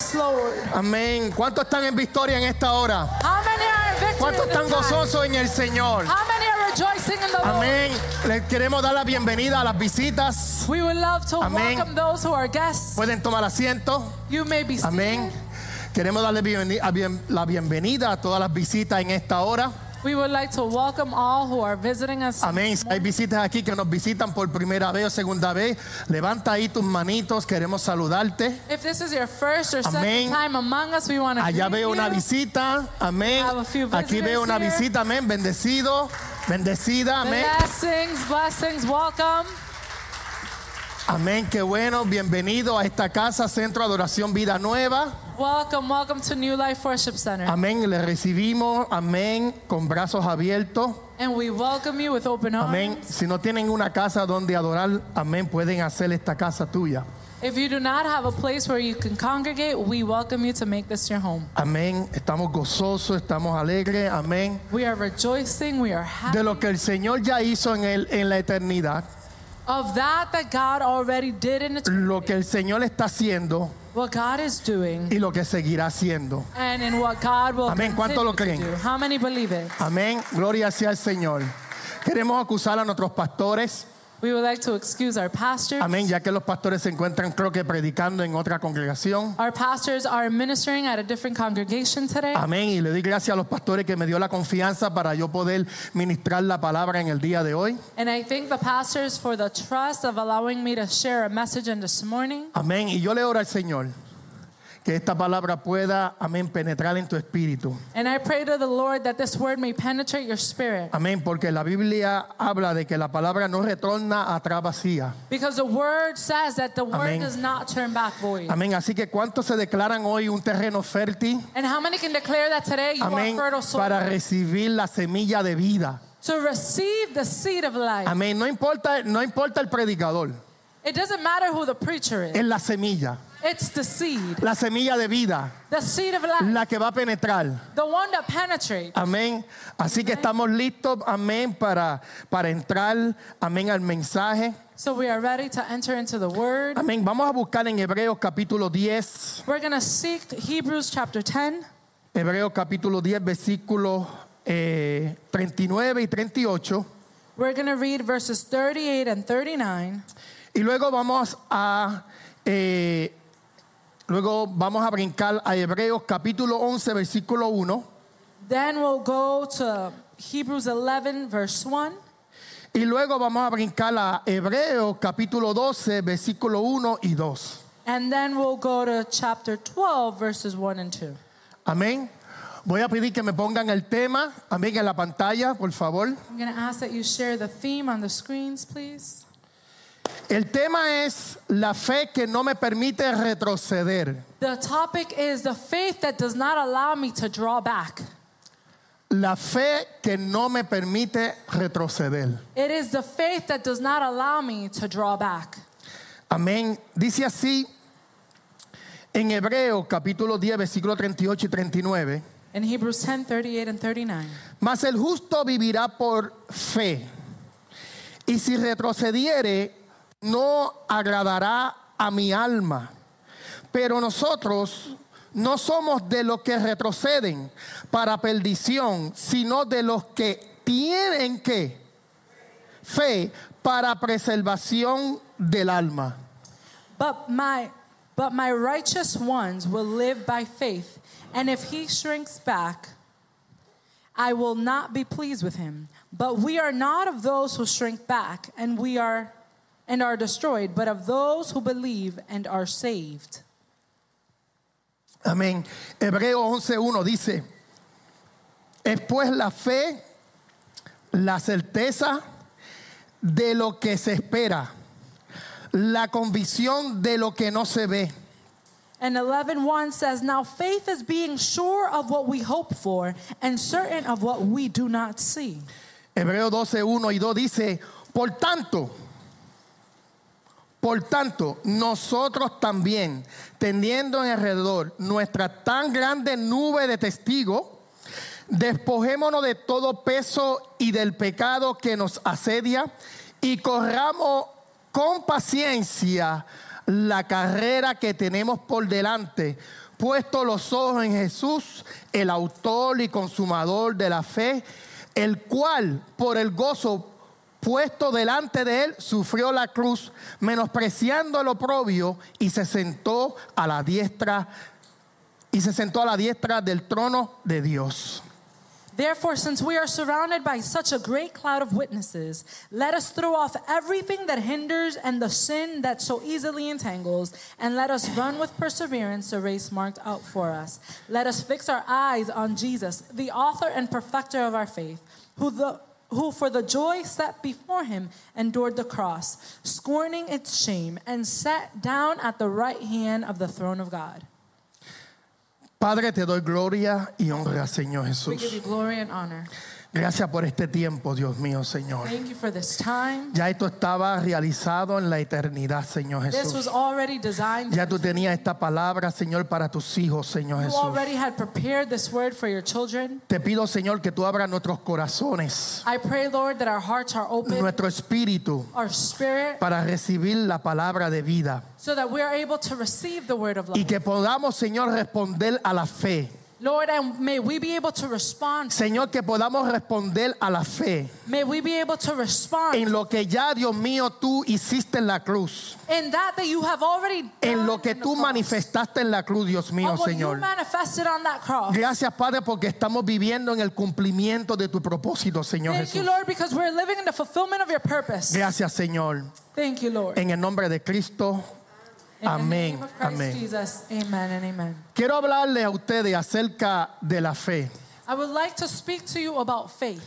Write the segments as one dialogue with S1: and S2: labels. S1: Yes, Lord.
S2: Amén. ¿Cuántos están en victoria en esta hora?
S1: How many are in victory
S2: ¿Cuántos
S1: in
S2: están
S1: this time?
S2: gozosos en el Señor?
S1: How many are rejoicing in the Lord?
S2: Amén. Les queremos dar la bienvenida a las visitas.
S1: We would love to
S2: Amén.
S1: welcome those who are guests.
S2: Pueden tomar asiento.
S1: You may be seated.
S2: Amén. Queremos darle bienveni- a bien- la bienvenida a todas las visitas en esta hora.
S1: We would like to welcome all who are visiting us.
S2: Amén. Si hay visitas aquí que nos visitan por primera vez o segunda vez, levanta ahí tus manitos. Queremos saludarte.
S1: If this is your first or second
S2: Amén.
S1: time among us, we want to
S2: Allá
S1: greet
S2: veo una
S1: you.
S2: visita. Amén.
S1: have a few
S2: Aquí veo
S1: visitors
S2: una
S1: here.
S2: visita. Amén. Bendecido. Bendecida. Amén.
S1: Blessings, blessings, welcome.
S2: Amén, qué bueno, bienvenido a esta casa, Centro Adoración Vida Nueva.
S1: Welcome, welcome to New Life Worship Center.
S2: Amén, le recibimos, amén, con brazos abiertos.
S1: and we welcome you with open arms.
S2: Amén, si no tienen una casa donde adorar, amén, pueden hacer esta casa tuya.
S1: If you do not have a place where you can congregate, we welcome you to make this your home.
S2: Amén, estamos gozosos, estamos alegres, amén.
S1: We are rejoicing, we are happy
S2: De lo que el Señor ya hizo en, el- en la eternidad,
S1: of that that God already did in eternity,
S2: lo que el Señor está haciendo
S1: what God is doing
S2: y lo que seguirá haciendo.
S1: and in what God will
S2: Amén. ¿Cuánto lo
S1: continue
S2: creen?
S1: to do. How many believe it?
S2: Amén, gloria sea al Señor. Queremos acusar a nuestros pastores.
S1: We would like to excuse our pastors.
S2: Amén, ya que los pastores se encuentran, creo que predicando en otra congregación.
S1: Our pastors are ministering at a different congregation today.
S2: Amén, y le doy gracias a los pastores que me dio la confianza para yo poder ministrar la palabra en el día de hoy.
S1: And I thank the pastors for the trust of allowing me to share a message in this morning.
S2: Amén, y yo le oro al Señor que esta palabra pueda, amén, penetrar en tu espíritu.
S1: And I pray to the Lord that this word may penetrate your spirit.
S2: Amén, porque la Biblia habla de que la palabra no retorna atrás vacía.
S1: Because the word says that the word
S2: Amén.
S1: does not turn back void.
S2: Amén, así que ¿cuántos se declaran hoy un terreno fértil?
S1: And how many can declare that today you
S2: Amén,
S1: are fertile soil
S2: para recibir la semilla de vida.
S1: to receive the seed of life?
S2: Amén, no importa, no importa el predicador,
S1: It doesn't matter who the preacher is.
S2: es la semilla.
S1: It's the seed,
S2: la semilla de vida,
S1: the seed of life,
S2: la que va a penetrar.
S1: the one that penetrates.
S2: Amén. Así que estamos listos, amén, para, para entrar, amén, al mensaje.
S1: So we are ready to enter into the word.
S2: Amén. Vamos a buscar en Hebreos capítulo 10,
S1: We're going to seek Hebrews chapter 10,
S2: Hebreos capítulo 10, versículos eh, 39 y 38.
S1: We're going to read verses 38 and 39.
S2: Y luego vamos a, eh, luego vamos a brincar a Hebreos capítulo 11, versículo 1.
S1: Then we'll go to Hebrews 11, verse 1.
S2: Y luego vamos a brincar a Hebreos capítulo 12, versículo 1 y 2.
S1: And then we'll go to chapter 12, verses 1 and 2.
S2: Amén. Voy a pedir que me pongan el tema, amén, en la pantalla, por favor.
S1: I'm going to ask that you share the theme on the screens, please.
S2: El tema es la fe que no me permite retroceder.
S1: The topic is the faith that does not allow me to draw back.
S2: La fe que no me permite retroceder.
S1: It is the faith that does not allow me to draw back.
S2: Amén. Dice así en Hebreos capítulo 10, versículo 38 y 39.
S1: In Hebrews 10 38 and 39.
S2: Mas el justo vivirá por fe. Y si retrocediere, no agradará a mi alma. Pero nosotros no somos de los que retroceden para perdición, sino de los que tienen que fe para preservación del alma.
S1: But my but my righteous ones will live by faith, and if he shrinks back, I will not be pleased with him. But we are not of those who shrink back and we are and are destroyed, but of those who believe and are saved.
S2: Amén. Hebreos 11.1 dice, es pues la fe, la certeza de lo que se espera, la convicción de lo que no se ve.
S1: And 11:1 says, "Now faith is being sure of what we hope for and certain of what we do not see."
S2: Hebreos 12.1 y 2 dice, por tanto, por tanto, nosotros también, tendiendo en alrededor nuestra tan grande nube de testigos, despojémonos de todo peso y del pecado que nos asedia y corramos con paciencia la carrera que tenemos por delante puesto los ojos en Jesús, el autor y consumador de la fe, el cual por el gozo puesto delante de él sufrió la cruz, menospreciando el oprobio y se sentó a la diestra y se sentó a la diestra del trono de Dios.
S1: Therefore, since we are surrounded by such a great cloud of witnesses, let us throw off everything that hinders and the sin that so easily entangles, and let us run with perseverance the race marked out for us. Let us fix our eyes on Jesus, the author and perfecter of our faith, who the who for the joy set before him endured the cross, scorning its shame, and sat down at the right hand of the throne of God.
S2: Padre, te doy gloria y honra, Señor
S1: We give
S2: Jesús.
S1: you glory and honor.
S2: Gracias por este tiempo, Dios mío, Señor.
S1: Thank you for this time.
S2: Ya esto estaba realizado en la eternidad, Señor
S1: This was
S2: Jesús.
S1: already designed.
S2: Ya tú tenías esta palabra, Señor, para tus hijos, Señor
S1: You
S2: Jesús.
S1: already had prepared this word for your children.
S2: Te pido, Señor, que tú abras nuestros corazones,
S1: I pray, Lord, that our hearts are open,
S2: nuestro espíritu,
S1: our spirit,
S2: para recibir la palabra de vida.
S1: so that we are able to receive the word of
S2: Y
S1: life.
S2: que podamos, Señor, responder a la fe.
S1: Lord, and may we be able to respond.
S2: Señor, que podamos responder a la fe
S1: May we be able to respond
S2: en lo que ya, Dios mío, tú hiciste en la cruz.
S1: in that that you have already done
S2: En lo que
S1: on the
S2: tú
S1: cross,
S2: manifestaste en la cruz, Dios mío,
S1: on what you
S2: Señor.
S1: manifested on that cross.
S2: Gracias, Padre, porque estamos viviendo en el cumplimiento de tu propósito, Señor
S1: Thank you,
S2: Jesús.
S1: Lord, because we're living in the fulfillment of your purpose.
S2: Gracias, Señor.
S1: Thank you, Lord.
S2: En el nombre de Cristo.
S1: In the
S2: Amén,
S1: name of Christ
S2: amén.
S1: Jesus, amen and amen.
S2: Quiero hablarle a ustedes acerca de la fe.
S1: I would like to speak to you about faith,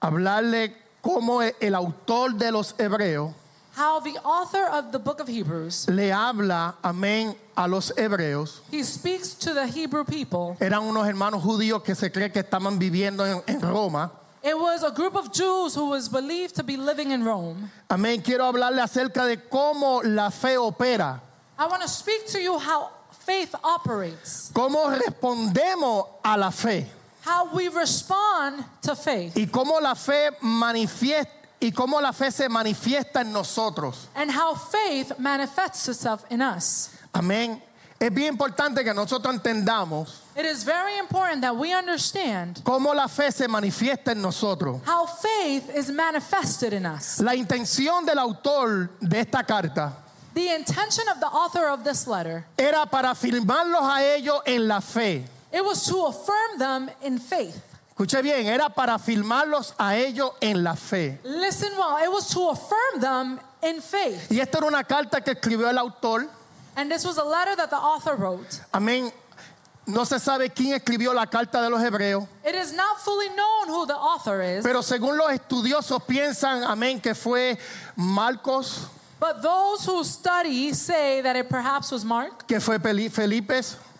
S2: Hablarle cómo e-, el autor de los hebreos
S1: how the author of the book of Hebrews
S2: le habla, amén, a los hebreos.
S1: He speaks to the Hebrew people.
S2: Eran unos hermanos judíos que se cree que estaban viviendo en, en Roma.
S1: It was a group of Jews who was believed to be living in Rome.
S2: Amén. Quiero hablarle acerca de cómo la fe opera.
S1: I want to speak to you how faith operates,
S2: Cómo respondemos a la fe.
S1: how we respond to faith,
S2: y cómo la fe manifiesta y cómo la fe se manifiesta en nosotros.
S1: and how faith manifests itself in us.
S2: Amén. Es bien importante que nosotros entendamos
S1: It is very important that we understand
S2: cómo la fe se manifiesta en nosotros.
S1: how faith is manifested in us.
S2: La intención del autor de esta carta
S1: The intention of the author of this letter,
S2: era para afirmarlos a ellos en la fe.
S1: it was to affirm them in faith.
S2: Escuche bien, era para afirmarlos a ellos en la fe.
S1: Listen well, it was to affirm them in faith.
S2: Y esta era una carta que escribió el autor.
S1: And this was a letter that the author wrote.
S2: Amén. No se sabe quién escribió la carta de los hebreos.
S1: It is not fully known who the author is,
S2: Pero según los estudiosos piensan, amén, que fue Marcos,
S1: but those who study say that it perhaps was Mark,
S2: que fue Peli- Felipe,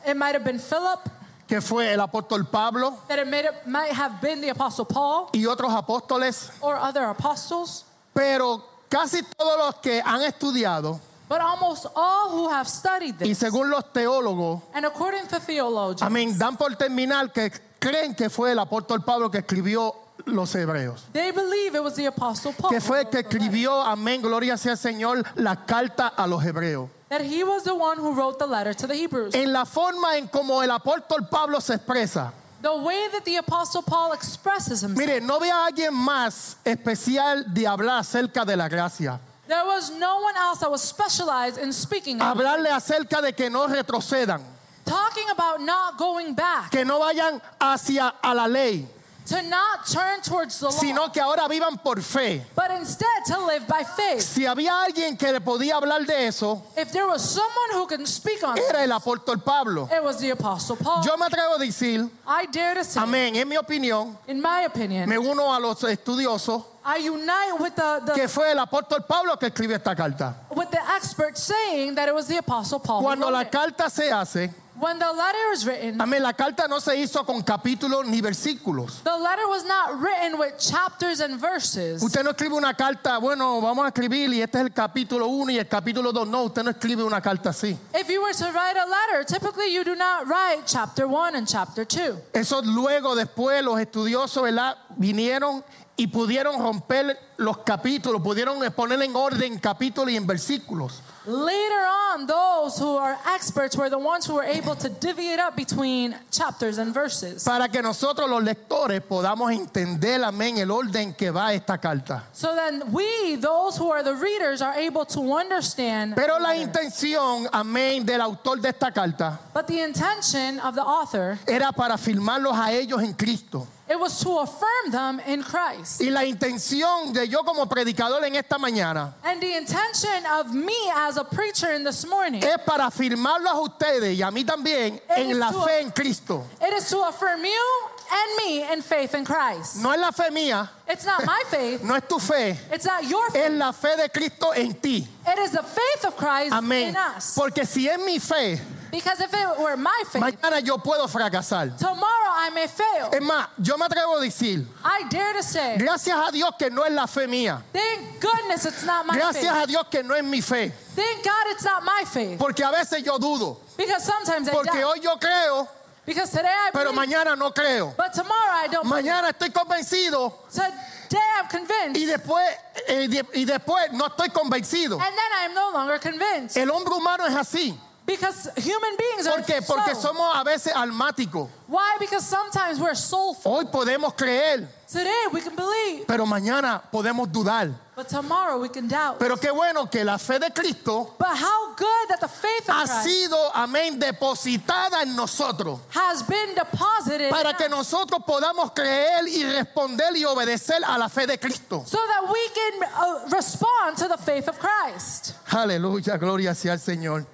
S1: it might have been Philip,
S2: que fue el apóstol Pablo
S1: that it, made, it might have been the apostle Paul
S2: y otros apóstoles.
S1: or other apostles.
S2: Pero casi todos los que han estudiado
S1: But almost all who have studied
S2: y
S1: this,
S2: según los teólogos,
S1: and according to theologians,
S2: amén, dan por terminar que creen que fue el apóstol Pablo que escribió los hebreos.
S1: they believe it was the apostle Paul
S2: Que fue el
S1: who
S2: que
S1: wrote the letter.
S2: escribió, amén, gloria sea el Señor, la carta a los hebreos.
S1: that he was the one who wrote the letter to the Hebrews.
S2: En la forma en como el apóstol Pablo se expresa.
S1: The way that the apostle Paul expresses himself,
S2: Mire, no vea a alguien más especial de hablar acerca de la gracia.
S1: there was no one else that was specialized in speaking, of,
S2: Hablarle acerca de que no retrocedan,
S1: talking about not going back.
S2: que no vayan hacia a la ley,
S1: to not turn towards the law,
S2: sino que ahora vivan por fe.
S1: but instead to live by faith.
S2: Si había alguien que le podía hablar de eso,
S1: If there was someone who can speak on
S2: era
S1: it,
S2: el apóstol Pablo.
S1: it was the Apostle Paul.
S2: Yo me atrevo a decir,
S1: I dare to say,
S2: amén, en mi opinión,
S1: in my opinion,
S2: me uno a los estudiosos,
S1: I unite with the, the
S2: que fue el apóstol Pablo que escribió esta carta.
S1: with the experts saying that it was the Apostle Paul. who
S2: Cuando
S1: wrote
S2: la
S1: it.
S2: carta se hace,
S1: When the letter is written,
S2: amén, la carta no se hizo con capítulos ni versículos.
S1: the letter was not written with chapters and verses.
S2: Usted no escribe una carta, bueno, vamos a escribir y este es el capítulo 1 y el capítulo 2. No, usted no escribe una carta así.
S1: If you were to write a letter, typically you do not write chapter one and chapter two.
S2: Eso luego, después, los estudiosos, ¿verdad? Vinieron y pudieron romper los capítulos, pudieron poner en orden capítulos y en versículos.
S1: Later on, those who are experts were the ones who were able to divvy it up between chapters and verses
S2: para que nosotros los lectores podamos entender, amén, el orden que va esta carta.
S1: so then we those who are the readers are able to understand
S2: Pero la intención, amén, del autor de esta carta
S1: but the intention of the author
S2: era para afirmarlos a ellos en Cristo.
S1: it was to affirm them in Christ
S2: Y la intención de yo como predicador en esta mañana
S1: and the intention of me as a preacher in this morning
S2: es para afirmarlos a ustedes y a mí también en la fe en Cristo.
S1: it is to affirm you and me in faith in Christ
S2: No es la fe mía,
S1: it's not my faith
S2: no es tu fe,
S1: it's not your faith
S2: es la fe de Cristo en ti.
S1: it is the faith of Christ
S2: Amén.
S1: in us
S2: Porque si es mi fe,
S1: because if it were my faith
S2: mañana yo puedo fracasar.
S1: tomorrow I may fail
S2: Es más, yo me atrevo a decir,
S1: I dare to say,
S2: gracias a Dios que no es la fe mía.
S1: thank goodness it's not my
S2: Gracias
S1: faith.
S2: a Dios que no es mi fe.
S1: Thank God it's not my faith.
S2: Porque a veces yo dudo.
S1: Because sometimes I
S2: Porque
S1: doubt.
S2: hoy yo creo,
S1: Because today I
S2: pero
S1: believe,
S2: mañana no creo.
S1: but tomorrow I don't.
S2: Mañana estoy convencido
S1: Today I'm convinced,
S2: y después, eh, y de- y después no estoy convencido.
S1: and then I am no longer convinced.
S2: El hombre humano es así.
S1: Because human beings are
S2: ¿Por qué? Porque
S1: so.
S2: somos a veces almáticos.
S1: Why? Because sometimes we're soulful.
S2: Hoy podemos creer,
S1: Today we can believe,
S2: pero mañana podemos dudar.
S1: but tomorrow we can doubt.
S2: Pero qué bueno que la fe de Cristo
S1: But how good that the faith of
S2: ha
S1: Christ
S2: sido, amén, depositada en nosotros.
S1: has been deposited
S2: Para que
S1: in us
S2: nosotros podamos creer y responder y obedecer a la fe de Cristo.
S1: so that we can uh, respond to the faith of Christ.
S2: Aleluya, gloria sea al Señor.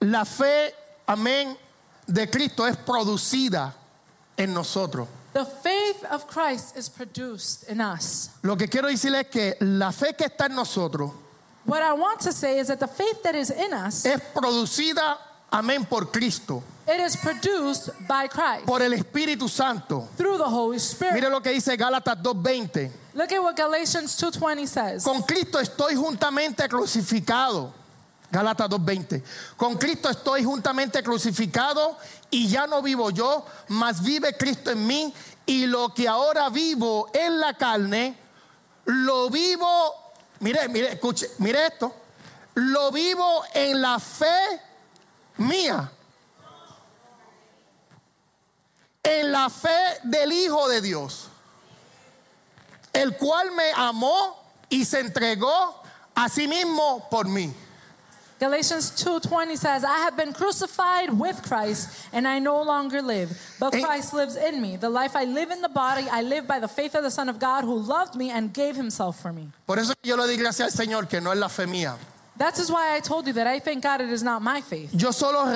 S2: La fe, amén, de Cristo es producida en nosotros.
S1: The faith of Christ is produced in us.
S2: Lo que quiero decirles es que la fe que está en nosotros
S1: What I want to say is that the faith that is in us,
S2: es producida, amén, por Cristo,
S1: it is produced by Christ
S2: por el Espíritu Santo.
S1: through the Holy
S2: Mire
S1: Spirit.
S2: lo que dice Gálatas 2.20.
S1: Look at what Galatians 2:20 says.
S2: Con Cristo estoy juntamente crucificado. Galatas 2:20. Con Cristo estoy juntamente crucificado y ya no vivo yo, mas vive Cristo en mí. Y lo que ahora vivo en la carne, lo vivo, mire, mire, escuche, mire esto. Lo vivo en la fe mía. En la fe del Hijo de Dios el cual me amó y se entregó a sí mismo por mí.
S1: Galatians 2:20 says, "I have been crucified with Christ, and I no longer live, but
S2: Eh.
S1: Christ lives in me. The life I live in the body, I live by the faith of the Son of God who loved me and gave himself for me."
S2: Por eso yo le di gracias al Señor que no es la fe mía.
S1: That is why I told you that I thank God it is not my faith.
S2: Yo solo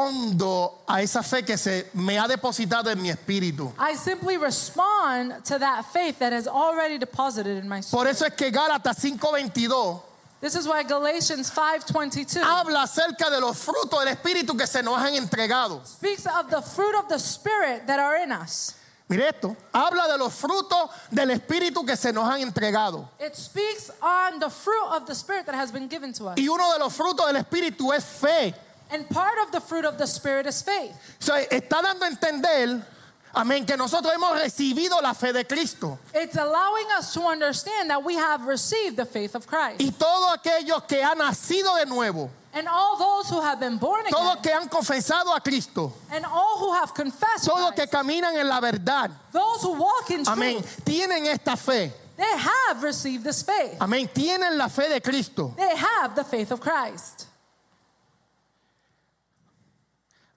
S2: respondo a esa fe que se me ha depositado en mi espíritu.
S1: I simply respond to that faith that has already deposited in my soul.
S2: Por eso es que Gálatas 5:22
S1: This is why Galatians 5:22
S2: habla acerca de los frutos del espíritu que se nos han entregado.
S1: speaks of the fruit of the spirit that are in us.
S2: Mire esto, habla de los frutos del espíritu que se nos han entregado.
S1: It speaks on the fruit of the spirit that has been given to us.
S2: Y uno de los frutos del espíritu es fe.
S1: And part of the fruit of the spirit is faith.
S2: O sea, está dando a entender, amén, que nosotros hemos recibido la fe de Cristo.
S1: It's allowing us to understand that we have received the faith of Christ.
S2: Y todos aquellos que han nacido de nuevo,
S1: And all those who have been born
S2: todos
S1: again
S2: que han confesado a Cristo,
S1: and all who have confessed
S2: todos que
S1: Christ,
S2: caminan en la verdad,
S1: those who walk in
S2: amén,
S1: truth,
S2: tienen esta fe,
S1: they have received this faith.
S2: amén, tienen la fe de Cristo.
S1: They have the faith of Christ.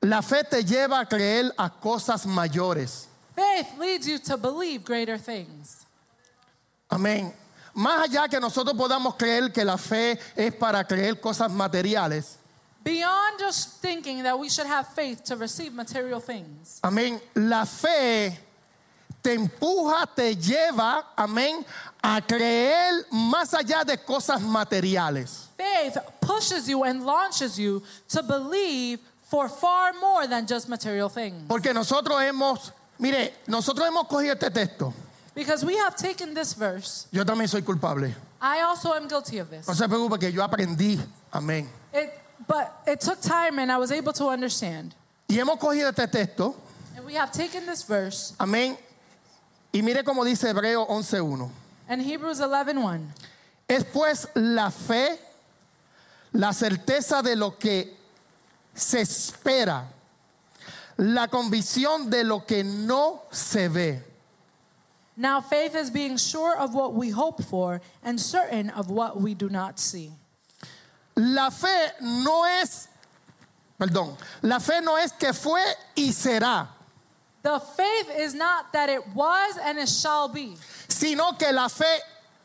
S2: La fe te lleva a creer a cosas mayores,
S1: Faith leads you to believe greater things.
S2: amén. Más allá que nosotros podamos creer que la fe es para creer cosas materiales,
S1: Beyond just thinking that we should have faith to receive material things,
S2: Amén. La fe te empuja, te lleva, amén, a creer más allá de cosas materiales.
S1: faith pushes you and launches you to believe for far more than just material things.
S2: Porque nosotros hemos, mire, nosotros hemos cogido este texto.
S1: Because we have taken this verse,
S2: Yo también soy culpable.
S1: I also am guilty of this.
S2: No se preocupe que yo aprendí. Amén.
S1: It, but it took time and I was able to understand.
S2: Y hemos cogido este texto,
S1: And we have taken this verse
S2: amén, Y mire cómo dice Hebreo 11.1.
S1: And Hebrews 11:1.
S2: Es pues la fe, la certeza de lo que se espera, la convicción de lo que no se ve.
S1: Now faith is being sure of what we hope for and certain of what we do not see.
S2: La fe no es, perdón, la fe no es que fue y será,
S1: The faith is not that it was and it shall be,
S2: sino que la fe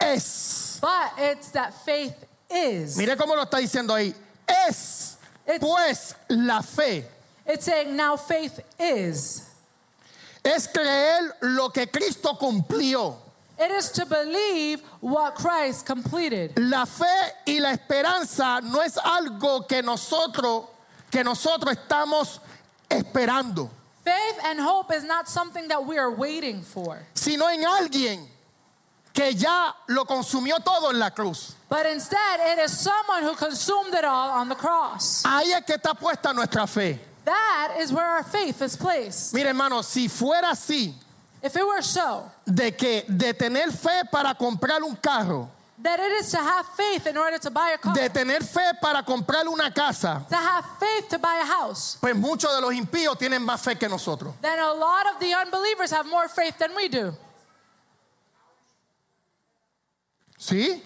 S2: es.
S1: but it's that faith is.
S2: Mire cómo lo está diciendo ahí. Es
S1: It's-
S2: pues la fe.
S1: It's saying now faith is.
S2: Es creer lo que Cristo cumplió.
S1: It is to believe what Christ completed.
S2: La fe y la esperanza no es algo que nosotros que nosotros estamos esperando,
S1: Faith and hope is not something that we are waiting for,
S2: sino en alguien que ya lo consumió todo en la cruz.
S1: but instead it is someone who consumed it all on the cross.
S2: Ahí es que está puesta nuestra fe.
S1: That is where our faith is placed.
S2: Mire, hermano, si fuera así
S1: If it were so,
S2: de que de tener fe para comprar un carro,
S1: that it is to have faith in order to buy a car,
S2: de tener fe para comprar una casa,
S1: to have faith to buy a house,
S2: pues muchos de los impíos tienen más fe que nosotros.
S1: then a lot of the unbelievers have more faith than we do.
S2: ¿Sí?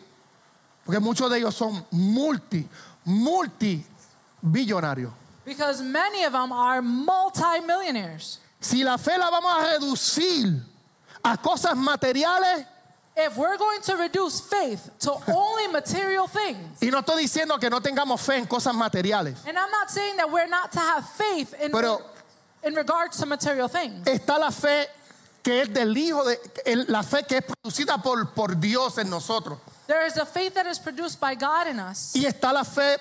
S2: Porque muchos de ellos son multi, multi billonarios.
S1: Because many of them are multimillionaires.
S2: Si la fe la vamos a reducir a cosas materiales,
S1: If we're going to reduce faith to only material things,
S2: y no estoy diciendo que no tengamos fe en cosas materiales,
S1: and I'm not saying that we're not to have faith in,
S2: Pero-
S1: in regards to material things,
S2: está la fe que es del Hijo, de, el- la fe que es producida por, por Dios en nosotros,
S1: there is a faith that is produced by God in us,
S2: y está la fe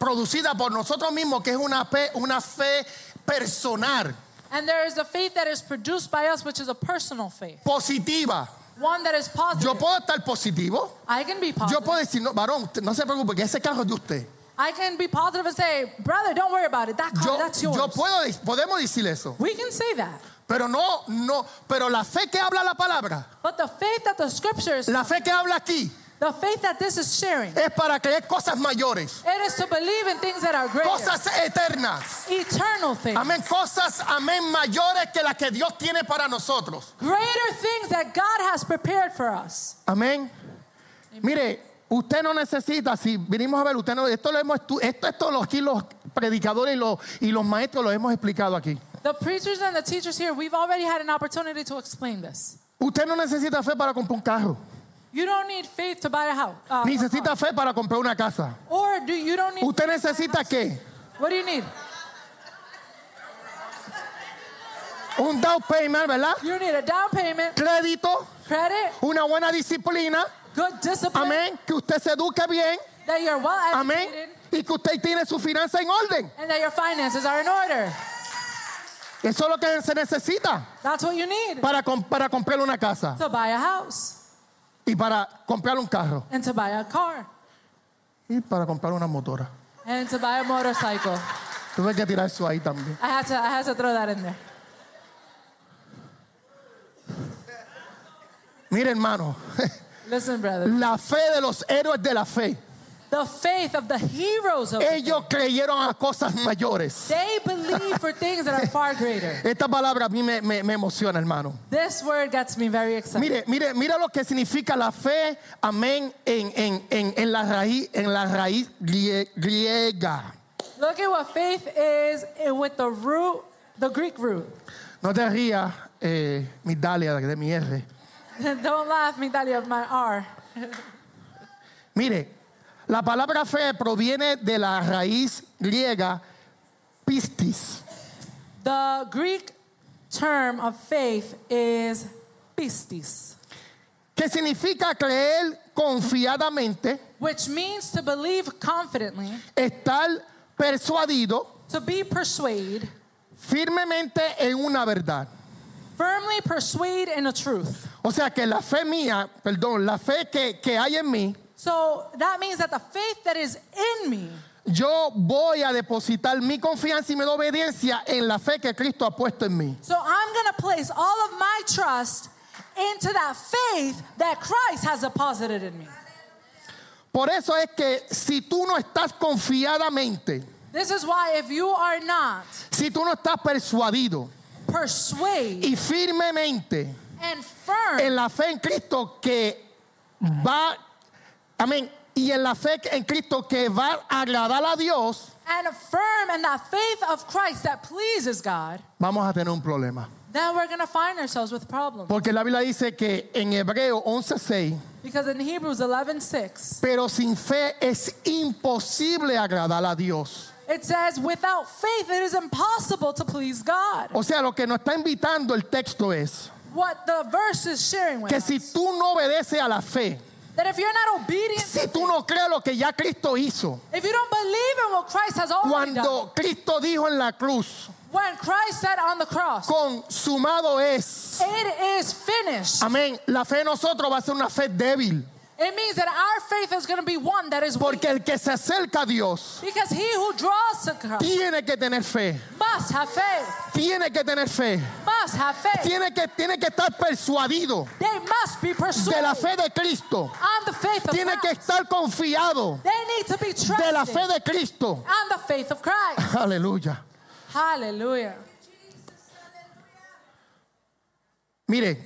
S2: producida por nosotros mismos, que es una fe, una fe personal,
S1: and there is a faith that is produced by us, which is a personal faith,
S2: positiva.
S1: one that is
S2: Yo
S1: positive.
S2: puedo estar positivo,
S1: I can be
S2: yo
S1: positive.
S2: puedo decir, no, varón, no se preocupe, que ese carro es de usted.
S1: I can be positive and say, brother, don't worry about it. That car,
S2: Yo,
S1: that's yours.
S2: yo puedo, dec- podemos decir eso,
S1: we can say that.
S2: pero no, no, pero la fe que habla la palabra.
S1: But the faith that the scriptures,
S2: La fe que habla aquí
S1: the faith that this is sharing,
S2: es para creer cosas mayores,
S1: it is to believe in things that are greater,
S2: cosas eternas.
S1: eternal things,
S2: Amén, cosas, amén, mayores que las que Dios tiene para nosotros.
S1: greater things that God has prepared for us.
S2: Amén. Mire, usted no necesita, si vinimos a ver, usted no, esto lo hemos, estu- esto, esto lo- aquí los predicadores y los, y los maestros lo hemos explicado aquí.
S1: The preachers and the teachers here, we've already had an opportunity to explain this.
S2: Usted no necesita fe para comprar un carro,
S1: You don't need faith to buy a house. uh,
S2: ni
S1: a
S2: necesita
S1: car.
S2: fe para comprar una casa.
S1: Or do you don't need?
S2: Usted necesita qué?
S1: What do you need?
S2: Un down payment, ¿verdad?
S1: You need a down payment,
S2: Crédito,
S1: credit,
S2: una buena disciplina,
S1: good discipline,
S2: amén, que usted se eduque bien,
S1: that you're well
S2: amén,
S1: educated,
S2: y que usted tiene su finanza en orden.
S1: and that your finances are in order.
S2: Eso es lo que se necesita
S1: That's what you need
S2: para, com- para comprar una casa
S1: to buy a house
S2: y para comprar un carro
S1: and to buy a car
S2: y para comprar una motora.
S1: and to buy a motorcycle.
S2: Tuve que tirar eso ahí también.
S1: I had to, I had to throw that in there.
S2: Mire, hermano,
S1: Listen, brother.
S2: la fe de los héroes de la fe.
S1: The faith of the heroes of
S2: Ellos creyeron a cosas mayores.
S1: they believe for things that are far greater.
S2: Esta palabra a mí me, me- me emociona, hermano.
S1: This word gets me very excited.
S2: Mire, mire, mira lo que significa la fe, amén, en, en- en- en la raíz, en la raíz grie- griega.
S1: Look at what faith is eh, with the root, the Greek root.
S2: No te rías, eh, mi Dalia, de mi R.
S1: Don't laugh, Migdalia, of my R.
S2: Mire, la palabra fe proviene de la raíz griega pistis,
S1: The Greek term of faith is pistis,
S2: que significa creer confiadamente,
S1: which means to believe confidently,
S2: estar persuadido
S1: to be persuaded,
S2: firmemente en una verdad.
S1: firmly persuade in a truth.
S2: O sea que la fe mía, perdón, la fe que, que hay en mí,
S1: So that means that the faith that is in me,
S2: yo voy a depositar mi confianza y mi obediencia en la fe que Cristo ha puesto en mí.
S1: so I'm gonna place all of my trust into that faith that Christ has deposited in me.
S2: Por eso es que si tú no estás confiadamente,
S1: This is why if you are not
S2: si tú no estás persuadido
S1: persuaded
S2: y firmemente
S1: and firm
S2: en la fe en Cristo que va, amén, y en la fe en Cristo que va a agradar a Dios,
S1: and firm in that faith of Christ that pleases God,
S2: vamos a tener un problema.
S1: then we're going to find ourselves with problems.
S2: Porque la Biblia dice que en Hebreo 11:6,
S1: Because in Hebrews 11:6,
S2: pero sin fe es imposible agradar a Dios.
S1: it says, "Without faith it is impossible to please God."
S2: O sea, lo que nos está invitando el texto es
S1: What the verse is sharing with
S2: que
S1: us,
S2: si tú no obedeces a la fe,
S1: that if you're not obedient,
S2: si tú no crees lo que ya Cristo hizo,
S1: if you don't believe in what Christ has already done,
S2: cuando Cristo dijo en la cruz,
S1: when Christ said on the cross,
S2: consumado es.
S1: "It is finished,"
S2: Amén. La fe en nosotros va a ser una fe débil.
S1: it means that our faith is going to be one that is weak.
S2: Porque el que se acerca a Dios
S1: Because he who draws to God
S2: tiene que tener fe.
S1: must have faith,
S2: Tiene que tener fe.
S1: must have faith.
S2: Tiene que, tiene que estar persuadido
S1: They must be
S2: de
S1: persuaded
S2: la fe de Cristo.
S1: on the faith of
S2: Tiene que
S1: Christ.
S2: estar confiado
S1: They need to be
S2: de la
S1: trusted
S2: fe de Cristo.
S1: on the faith of Christ.
S2: Aleluya.
S1: Hallelujah.
S2: Mire,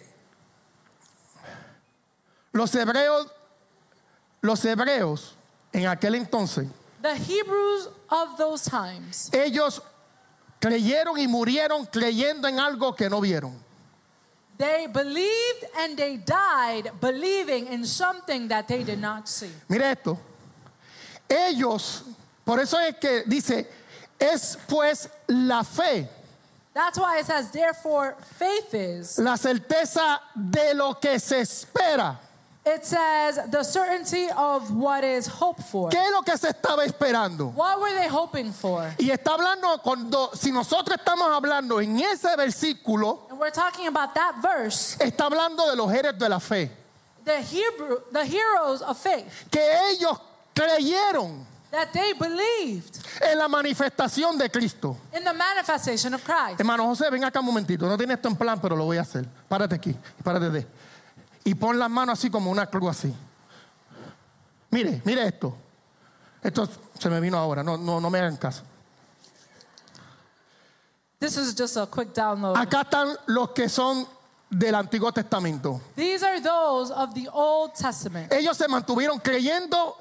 S2: los hebreos, los hebreos en aquel entonces,
S1: The Hebrews of those times,
S2: ellos creyeron y murieron creyendo en algo que no vieron.
S1: they believed and they died believing in something that they did not see.
S2: Mire esto. Ellos, por eso es que dice, es pues la fe,
S1: That's why it says, therefore, faith is.
S2: la certeza de lo que se espera.
S1: It says, the certainty of what is hoped for.
S2: ¿Qué es lo que se estaba esperando?
S1: What were they hoping for?
S2: Y está hablando cuando, si nosotros estamos hablando en ese versículo,
S1: And we're talking about that verse,
S2: está hablando de los héroes de la fe,
S1: the Hebrew, the heroes of faith,
S2: que ellos creyeron
S1: that they believed
S2: en la manifestación de Cristo.
S1: in the manifestation of Christ.
S2: Hermano José, ven acá un momentito. No tiene esto en plan, pero lo voy a hacer. Párate aquí, párate de. Y pon las manos así como una cruz así. Mire, mire esto. Esto se me vino ahora, no, no, no me hagan caso.
S1: This is just a quick download.
S2: Acá están los que son del Antiguo Testamento.
S1: These are those of the Old Testament.
S2: Ellos se mantuvieron creyendo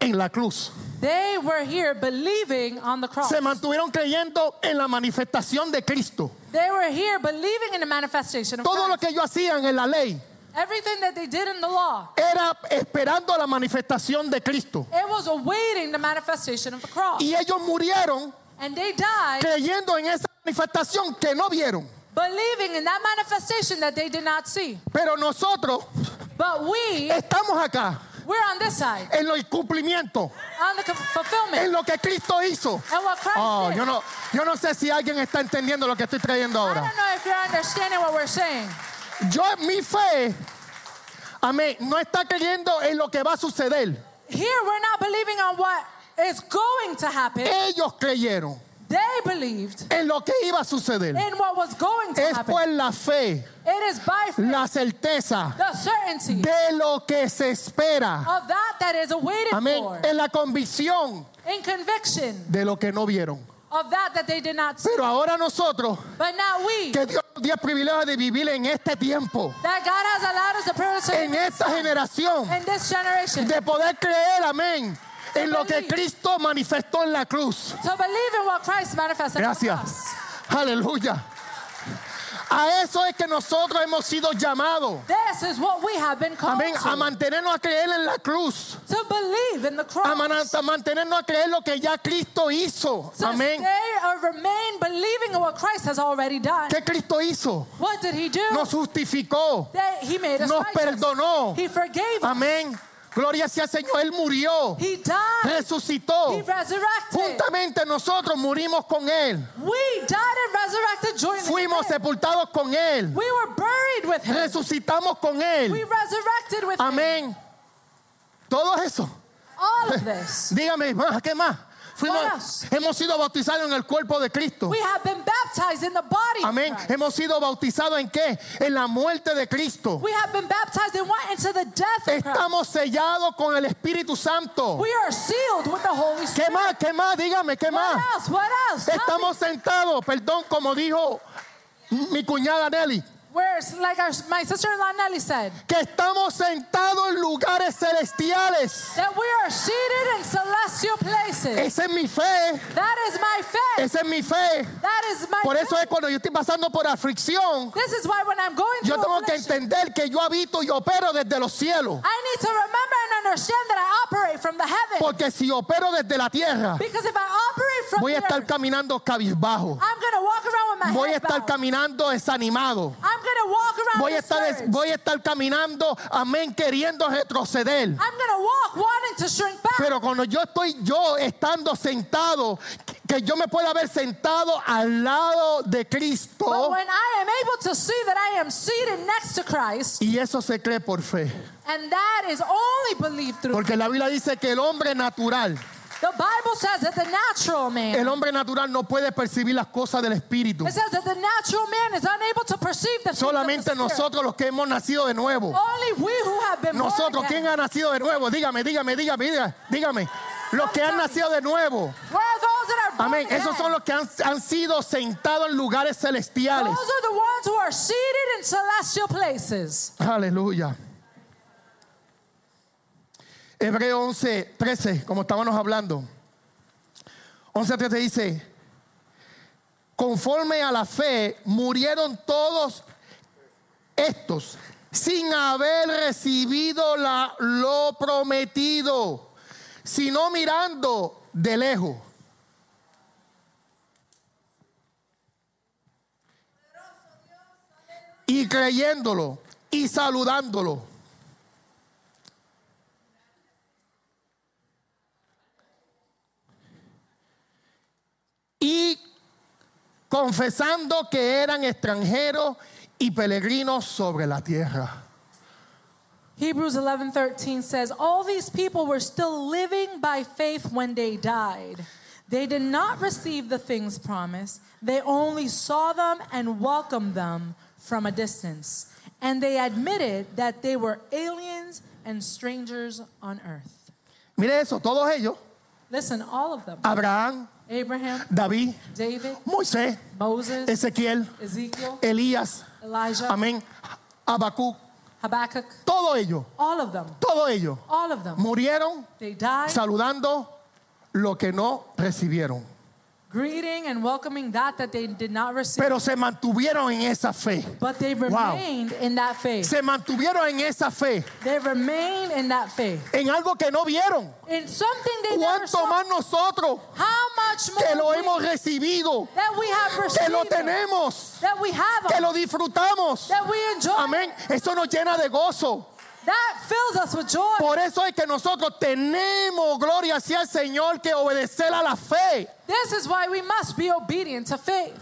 S2: en la cruz.
S1: They were here believing on the cross.
S2: Se mantuvieron creyendo en la manifestación de Cristo.
S1: They were here believing in the manifestation of
S2: Todo lo
S1: Christ.
S2: que ellos hacían en la ley
S1: Everything that they did in the law,
S2: era esperando la manifestación de Cristo.
S1: it was awaiting the manifestation of the cross.
S2: Y ellos murieron
S1: And they died
S2: creyendo en esa manifestación que no vieron.
S1: believing in that manifestation that they did not see.
S2: Pero nosotros
S1: But we,
S2: estamos acá
S1: we're on this side,
S2: en el cumplimiento,
S1: on the co- fulfillment.
S2: en lo que Cristo hizo.
S1: And what Christ
S2: Oh,
S1: did.
S2: yo no, yo no sé si alguien está entendiendo lo que estoy trayendo
S1: I
S2: ahora.
S1: don't know if you're understanding what we're saying.
S2: Yo, mi fe, amén, no está creyendo en lo que va a suceder.
S1: Here, we're not believing on what is going to happen.
S2: Ellos creyeron
S1: They believed
S2: en lo que iba a suceder.
S1: in what was going to
S2: Es
S1: happen.
S2: pues la fe,
S1: It is by faith,
S2: la certeza
S1: the certainty
S2: de lo que se espera.
S1: of that that is awaited
S2: Amén.
S1: for,
S2: En la convicción
S1: in conviction
S2: de lo que no vieron.
S1: of that that they did not see.
S2: Pero ahora nosotros
S1: But now we,
S2: que Dios nos dio el privilegio de vivir en este tiempo,
S1: that God has allowed us the privilege to
S2: en
S1: live
S2: esta generación,
S1: in this generation,
S2: de poder creer, amén, en lo que Cristo manifestó en la cruz.
S1: to believe in what Christ manifested in
S2: Gracias.
S1: us.
S2: Aleluya. A eso es que nosotros hemos sido llamados,
S1: This is what we have been called
S2: amén, a
S1: to,
S2: mantenernos a creer en la cruz,
S1: to believe in the
S2: a, mana-
S1: cross,
S2: a mantenernos a creer lo que ya Cristo hizo.
S1: to
S2: Amén.
S1: stay or remain believing in what Christ has already done.
S2: ¿Qué Cristo hizo?
S1: What did he do?
S2: Nos justificó.
S1: That he made us
S2: nos
S1: righteous.
S2: perdonó. Ah.
S1: He forgave us.
S2: Amén. Gloria sea al Señor. Él murió.
S1: He died. He
S2: Resucitó.
S1: resurrected.
S2: Juntamente nosotros murimos con Él.
S1: We died and resurrected jointly. with
S2: Fuimos
S1: him.
S2: sepultados con Él.
S1: We were buried with him.
S2: Resucitamos con
S1: We
S2: Él.
S1: resurrected with him.
S2: Amén. Todo eso.
S1: All of this.
S2: Dígame, más, ¿qué más?
S1: but
S2: Fuimos,
S1: us.
S2: hemos sido bautizados en el cuerpo de Cristo.
S1: We have been baptized in the body. of
S2: Amén.
S1: Christ.
S2: Hemos sido bautizados en qué? En la muerte de Cristo.
S1: We have been baptized in what? Into the death of Christ.
S2: Estamos sellados con el Espíritu Santo.
S1: We are sealed with the Holy
S2: ¿Qué
S1: Spirit.
S2: más? ¿Qué más? Dígame, ¿qué más?
S1: What else? What else? Nothing.
S2: Estamos sentados, perdón, como dijo mi cuñada Nelly,
S1: Where's like our, my sister-in-law Nelly said
S2: que estamos sentados en lugares celestiales.
S1: that we are seated in celestial places.
S2: Esa es mi fe,
S1: That is my faith.
S2: esa es mi fe.
S1: That is my
S2: eh, Por eso
S1: faith.
S2: es cuando yo estoy pasando por aflicción,
S1: This is why when I'm going
S2: yo
S1: through
S2: tengo que
S1: affliction,
S2: entender que yo habito y opero desde los cielos.
S1: I need to remember and understand that I operate from the heaven.
S2: Porque si opero desde la tierra,
S1: because if I operate from
S2: voy a
S1: the
S2: estar
S1: earth,
S2: caminando cabizbajo.
S1: I'm going to walk around with my
S2: Voy a
S1: head
S2: estar
S1: bowed.
S2: caminando desanimado.
S1: I'm going to walk around
S2: Voy a estar,
S1: discouraged.
S2: voy a estar caminando, amén, queriendo retroceder.
S1: I'm going to walk wanting to shrink back.
S2: Pero cuando yo estoy yo estando sentado, que yo me pueda ver sentado al lado de
S1: but
S2: Cristo.
S1: when I am able to see that I am seated next to Christ,
S2: Y eso se cree por fe.
S1: and that is only believed through.
S2: Porque la Biblia dice que el hombre natural,
S1: The Bible says that the natural man,
S2: el hombre natural no puede percibir las cosas del Espíritu.
S1: it says that the natural man is unable to perceive the things of the
S2: Solamente
S1: Spirit.
S2: nosotros los que hemos nacido de nuevo.
S1: Only we who have been
S2: Nosotros,
S1: born
S2: ¿quién
S1: again.
S2: ha nacido de nuevo? Dígame, dígame, dígame, dígame, dígame. Los que han nacido de nuevo.
S1: Where are those that are born
S2: Amén. Esos
S1: again?
S2: son los que han, han sido sentados en lugares celestiales.
S1: Those are the ones who are seated in celestial places.
S2: Aleluya. Hebreo 11, 13, como estábamos hablando. 11, 13 dice, conforme a la fe murieron todos estos sin haber recibido la- lo prometido, sino mirando de lejos. y creyéndolo y saludándolo. Y confesando que eran extranjeros y peregrinos sobre la tierra.
S1: Hebrews 11:13 says, "All these people were still living by faith when they died. They did not receive the things promised. They only saw them and welcomed them from a distance, and they admitted that they were aliens and strangers on earth."
S2: Mire eso, todos ellos,
S1: Listen, all of them.
S2: Abraham,
S1: Abraham,
S2: David,
S1: David,
S2: Moisés,
S1: Moses,
S2: Ezequiel,
S1: Ezekiel,
S2: Elías,
S1: Elijah,
S2: amén, Habacuc,
S1: Habakkuk,
S2: todos ellos,
S1: all of them.
S2: todos ellos
S1: All of them.
S2: murieron
S1: They died
S2: saludando lo que no recibieron.
S1: greeting and welcoming that that they did not receive.
S2: Pero se mantuvieron en esa fe.
S1: But they
S2: Wow.
S1: remained in that faith.
S2: Se mantuvieron en esa fe,
S1: They remained in that faith.
S2: en algo que no vieron.
S1: In something they never
S2: ¿Cuánto
S1: saw.
S2: más nosotros
S1: How much
S2: que lo
S1: more we-
S2: hemos recibido,
S1: that we have
S2: que
S1: received,
S2: lo
S1: it,
S2: tenemos,
S1: that we have,
S2: que
S1: it,
S2: lo disfrutamos?
S1: that we enjoy, it,
S2: Amén. Eso nos llena de gozo.
S1: that fills us with joy.
S2: Por eso es que nosotros tenemos gloria hacia el Señor que obedecer a la fe.
S1: This is why we must be obedient to faith.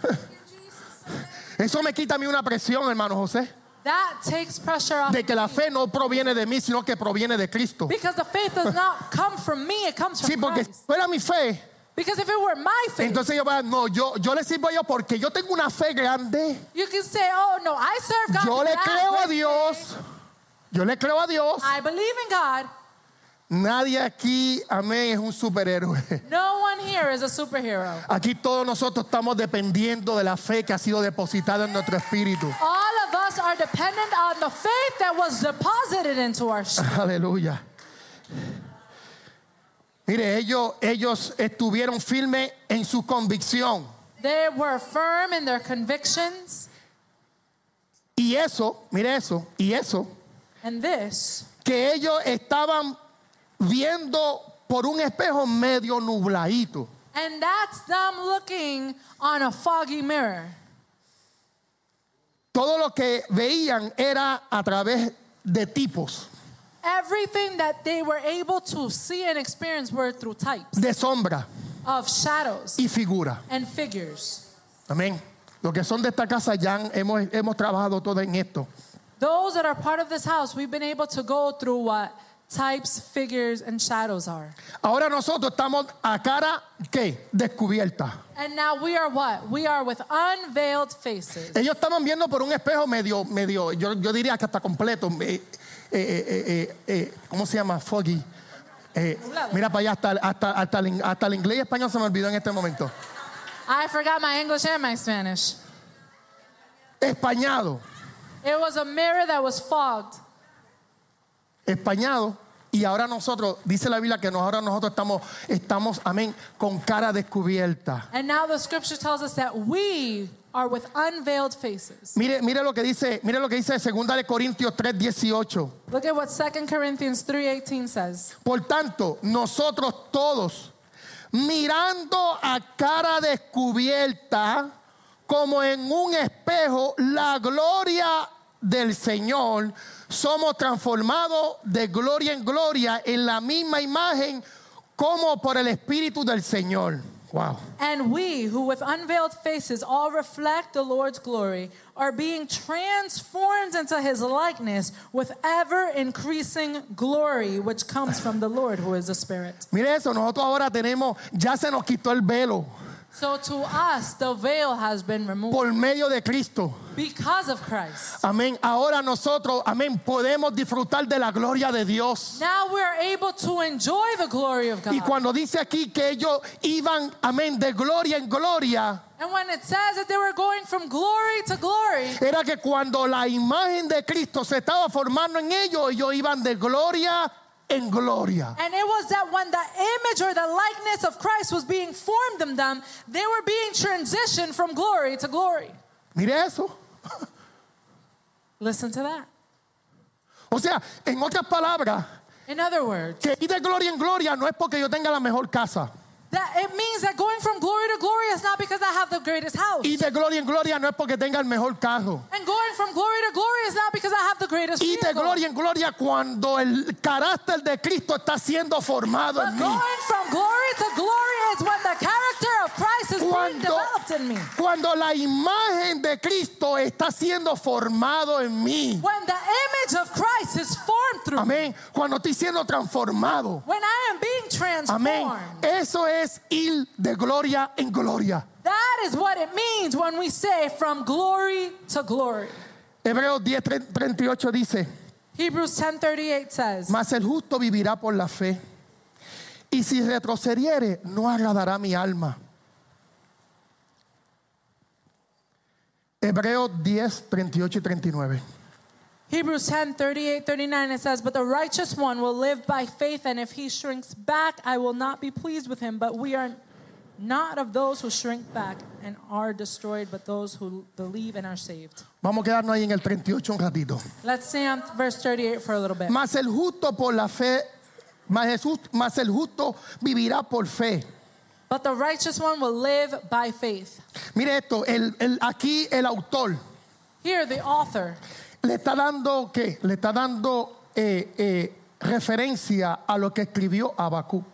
S2: Eso me quita a mí una presión, hermano José,
S1: That takes pressure off.
S2: de que la fe no proviene de mí, sino que proviene de Cristo.
S1: Because the faith does not come from me, it comes from
S2: Sí, porque si
S1: Christ.
S2: fuera mi fe,
S1: Because if it were my faith,
S2: Entonces yo voy a- no, yo, yo le sirvo a Dios porque yo tengo una fe grande.
S1: you can say, oh no, I serve God.
S2: Yo le
S1: because I have
S2: creo a
S1: great faith.
S2: Dios. Yo le creo a Dios.
S1: I believe in God.
S2: Nadie aquí, amén, es un superhéroe.
S1: No one here is a superhero.
S2: Aquí todos nosotros estamos dependiendo de la fe que ha sido depositada en nuestro espíritu.
S1: All of us are dependent on the faith that was deposited into our sh-
S2: Aleluya. Mire, ellos, ellos estuvieron firmes en su convicción.
S1: They were firm in their convictions,
S2: Y eso, mire eso, y eso,
S1: and this,
S2: que ellos estaban viendo por un espejo medio nubladito.
S1: and that's them looking on a foggy mirror.
S2: Todo lo que veían era a través de tipos,
S1: Everything that they were able to see and experience were through types
S2: de sombra
S1: of shadows
S2: y figura.
S1: and figures.
S2: Amén. Los que son de esta casa ya han- hemos, hemos trabajado todo en esto.
S1: Those that are part of this house, we've been able to go through what types, figures, and shadows are.
S2: Ahora nosotros estamos a cara, ¿qué? Descubierta.
S1: And now we are what? We are with unveiled faces.
S2: Ellos estaban viendo por un espejo medio, medio, yo, yo diría que hasta completo. eh, eh, eh, eh, eh, ¿Cómo se llama? Foggy. Eh, mira para allá, hasta, hasta, hasta, el, in- hasta el inglés y español se me olvidó en este momento.
S1: I forgot my English and my Spanish.
S2: Españado,
S1: It was a mirror that was fogged.
S2: españado. Y ahora nosotros, dice la Biblia que nos- ahora nosotros estamos, estamos, amén, con cara descubierta.
S1: And now the scripture tells us that we are with unveiled faces.
S2: Mire, mire lo que dice, mire lo que dice 2 de Corintios 3, 18.
S1: Look at what 2 Corinthians 3:18 says.
S2: Por tanto, nosotros todos, mirando a cara descubierta, como en un espejo, la gloria del Señor, somos transformados de gloria en gloria en la misma imagen como por el Espíritu del Señor. Wow.
S1: And we, who with unveiled faces all reflect the Lord's glory, are being transformed into his likeness with ever increasing glory, which comes from the Lord who is the Spirit.
S2: Mire eso, nosotros ahora tenemos, ya se nos quitó el velo
S1: So to us, the veil has been removed
S2: por medio de Cristo.
S1: because of Christ.
S2: Amén. Ahora nosotros, amén, podemos disfrutar de la gloria de Dios.
S1: Now we're able to enjoy the glory of
S2: Y
S1: God.
S2: cuando dice aquí que ellos iban, amén, de gloria en gloria,
S1: And when it says that they were going from glory to glory,
S2: era que cuando la imagen de Cristo se estaba formando en ellos, ellos iban de gloria en gloria.
S1: and it was that when the image or the likeness of Christ was being formed in them, they were being transitioned from glory to glory.
S2: Mire eso.
S1: Listen to that.
S2: O sea, en otras palabras,
S1: In other words,
S2: que ir de gloria en gloria no es porque yo tenga la mejor casa.
S1: that it means that going from glory to glory is not because I have the greatest house.
S2: Ir de gloria en gloria no es porque tenga el mejor carro.
S1: And going from glory to glory is not because I have the greatest
S2: Ir de
S1: vehicle.
S2: gloria en gloria cuando el carácter de Cristo está siendo formado
S1: But
S2: en mí.
S1: going from glory to glory is when the character of Christ is being
S2: Cuando,
S1: developed in me.
S2: cuando la imagen de Cristo está siendo formado en mí.
S1: When the image of Christ is formed through me.
S2: Amén. Cuando estoy siendo transformado.
S1: When I am being transformed.
S2: Amén. Eso es ir de gloria en gloria.
S1: That is what it means when we say from glory to glory.
S2: Hebreos 10, 38 dice,
S1: Hebrews 10:38 says,
S2: mas el justo vivirá por la fe. Y si retrocediere, no agradará mi alma. Hebreos 10, 38 y 39.
S1: Hebrews 10, 38, 39, it says, But the righteous one will live by faith, and if he shrinks back, I will not be pleased with him. But we are not of those who shrink back and are destroyed, but those who believe and are saved.
S2: Vamos a quedarnos ahí en el 38 un ratito.
S1: Let's stay on verse 38 for a little bit.
S2: Mas el justo por la fe, mas, Jesús, mas el justo vivirá por fe.
S1: But the righteous one will live by faith.
S2: Mire esto, el, el- aquí el autor
S1: Here, the author,
S2: le está dando qué? Le está dando eh, eh, referencia a lo que escribió Abacú.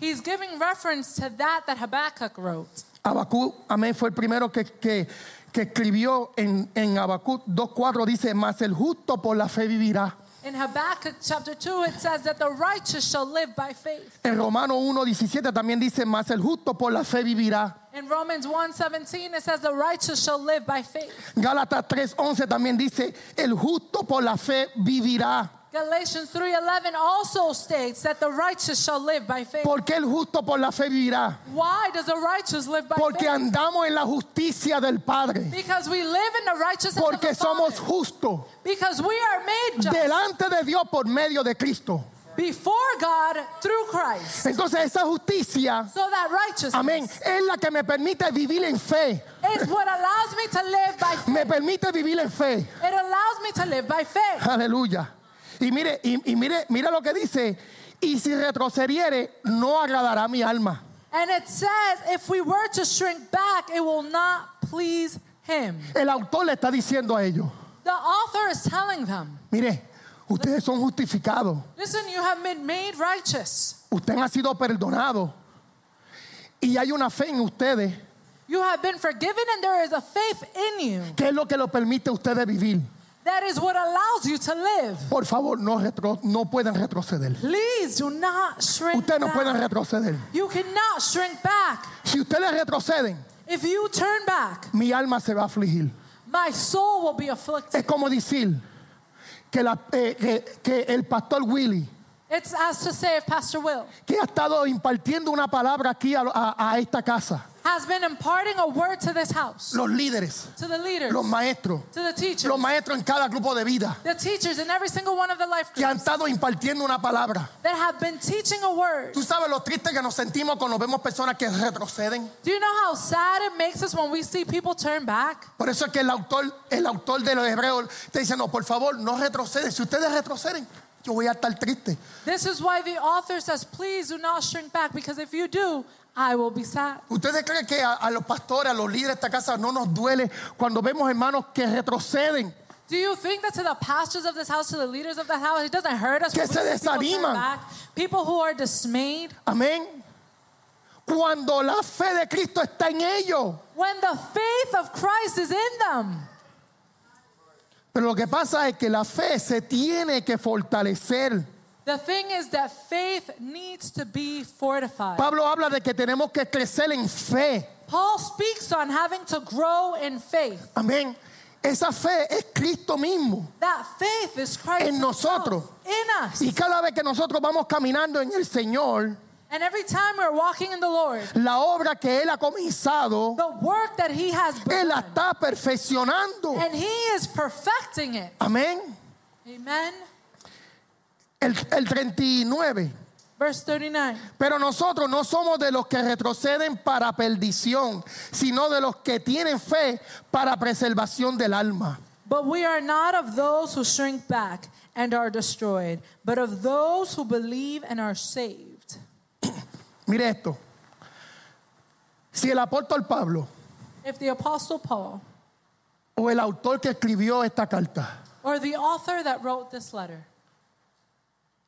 S1: he's giving reference to that that Habakkuk wrote.
S2: Abacú, amén, fue el primero que, que, que escribió en, en Abacú 2.4, dice, mas el justo por la fe vivirá.
S1: In Habakkuk chapter 2, it says that the righteous shall live by faith.
S2: En Romano 1.17 también dice, mas el justo por la fe vivirá.
S1: In Romans 1:17 it says the righteous shall live by faith.
S2: Gálatas 3.11 también dice, el justo por la fe vivirá.
S1: Galatians 3:11 also states that the righteous shall live by faith.
S2: ¿Por qué el justo por la fe vivirá?
S1: Why does the righteous live by
S2: Porque
S1: faith?
S2: andamos en la justicia del Padre.
S1: Because we live in the righteousness of
S2: Porque
S1: the
S2: somos
S1: Father.
S2: justos
S1: Because we are made just
S2: delante de Dios por medio de Cristo.
S1: before God through Christ.
S2: Entonces esa justicia,
S1: So that righteousness
S2: amén, es la que me permite vivir en fe.
S1: is what allows me to live by faith.
S2: Me permite vivir en fe.
S1: It allows me to live by faith.
S2: Aleluya. Y mire, y, y mire, mira lo que dice. Y si retrocediere, no agradará mi alma.
S1: And it says if we were to shrink back, it will not please him.
S2: El autor le está diciendo a ellos,
S1: The author is telling them
S2: mire, ustedes son justificados.
S1: Listen, you have been made righteous.
S2: Ustedes han sido perdonados. Y hay una fe en ustedes
S1: You have been forgiven, and there is a faith in you
S2: que es lo que lo permite a ustedes vivir.
S1: That is what allows you to live.
S2: Por favor, no, retro- no pueden retroceder.
S1: Please do not shrink
S2: Ustedes no pueden
S1: back.
S2: retroceder.
S1: You cannot shrink back.
S2: Si ustedes retroceden,
S1: If you turn back,
S2: mi alma se va a afligir.
S1: my soul will be afflicted.
S2: Es como decir que, la- eh, que- que el pastor Willy,
S1: It's as to say if Pastor Will
S2: que ha estado impartiendo una palabra aquí a, a- a esta casa,
S1: has been imparting a word to this house,
S2: los líderes,
S1: to the leaders,
S2: los maestros,
S1: to the teachers,
S2: los maestros en cada grupo de vida,
S1: the teachers in every single one of the life
S2: que han
S1: groups
S2: estado impartiendo una palabra.
S1: that have been teaching a word.
S2: Tú sabes lo triste que nos sentimos cuando vemos personas que retroceden.
S1: Do you know how sad it makes us when we see people turn back?
S2: Por eso es que el autor, el autor de los hebreos te dice, no, por favor, no retroceden. Si ustedes retroceden, yo voy a estar triste.
S1: This is why the author says, please do not shrink back, because if you do, I will be sad.
S2: ¿Ustedes creen que a, a los pastores, a los líderes de esta casa no nos duele cuando vemos hermanos que retroceden?
S1: Do you think that to the pastors of this house, to the leaders of the house, it doesn't hurt us
S2: Que
S1: when we
S2: se
S1: see people turn
S2: desaniman.
S1: back? People who are dismayed.
S2: Amén. Cuando la fe de Cristo está en ellos.
S1: When the faith of Christ is in them.
S2: Pero lo que pasa es que la fe se tiene que fortalecer.
S1: The thing is that faith needs to be fortified.
S2: Pablo habla de que tenemos que crecer en fe.
S1: Paul speaks on having to grow in faith.
S2: Amén. Esa fe es Cristo mismo.
S1: That faith is Christ
S2: En
S1: himself
S2: nosotros.
S1: in us.
S2: Y cada vez que nosotros vamos caminando en el Señor,
S1: And every time we're walking in the Lord,
S2: la obra que Él ha comenzado,
S1: the work that He has
S2: Él la
S1: begun,
S2: está perfeccionando.
S1: and He is perfecting it.
S2: Amén.
S1: Amen.
S2: El, el 39.
S1: Verse 39.
S2: Pero nosotros no somos de los que retroceden para perdición, sino de los que tienen fe para preservación del alma.
S1: But we are not of those who shrink back and are destroyed, but of those who believe and are saved.
S2: Mire esto. Si el apóstol Pablo
S1: If the Apostle Paul
S2: o el autor que escribió esta carta,
S1: or the author that wrote this letter,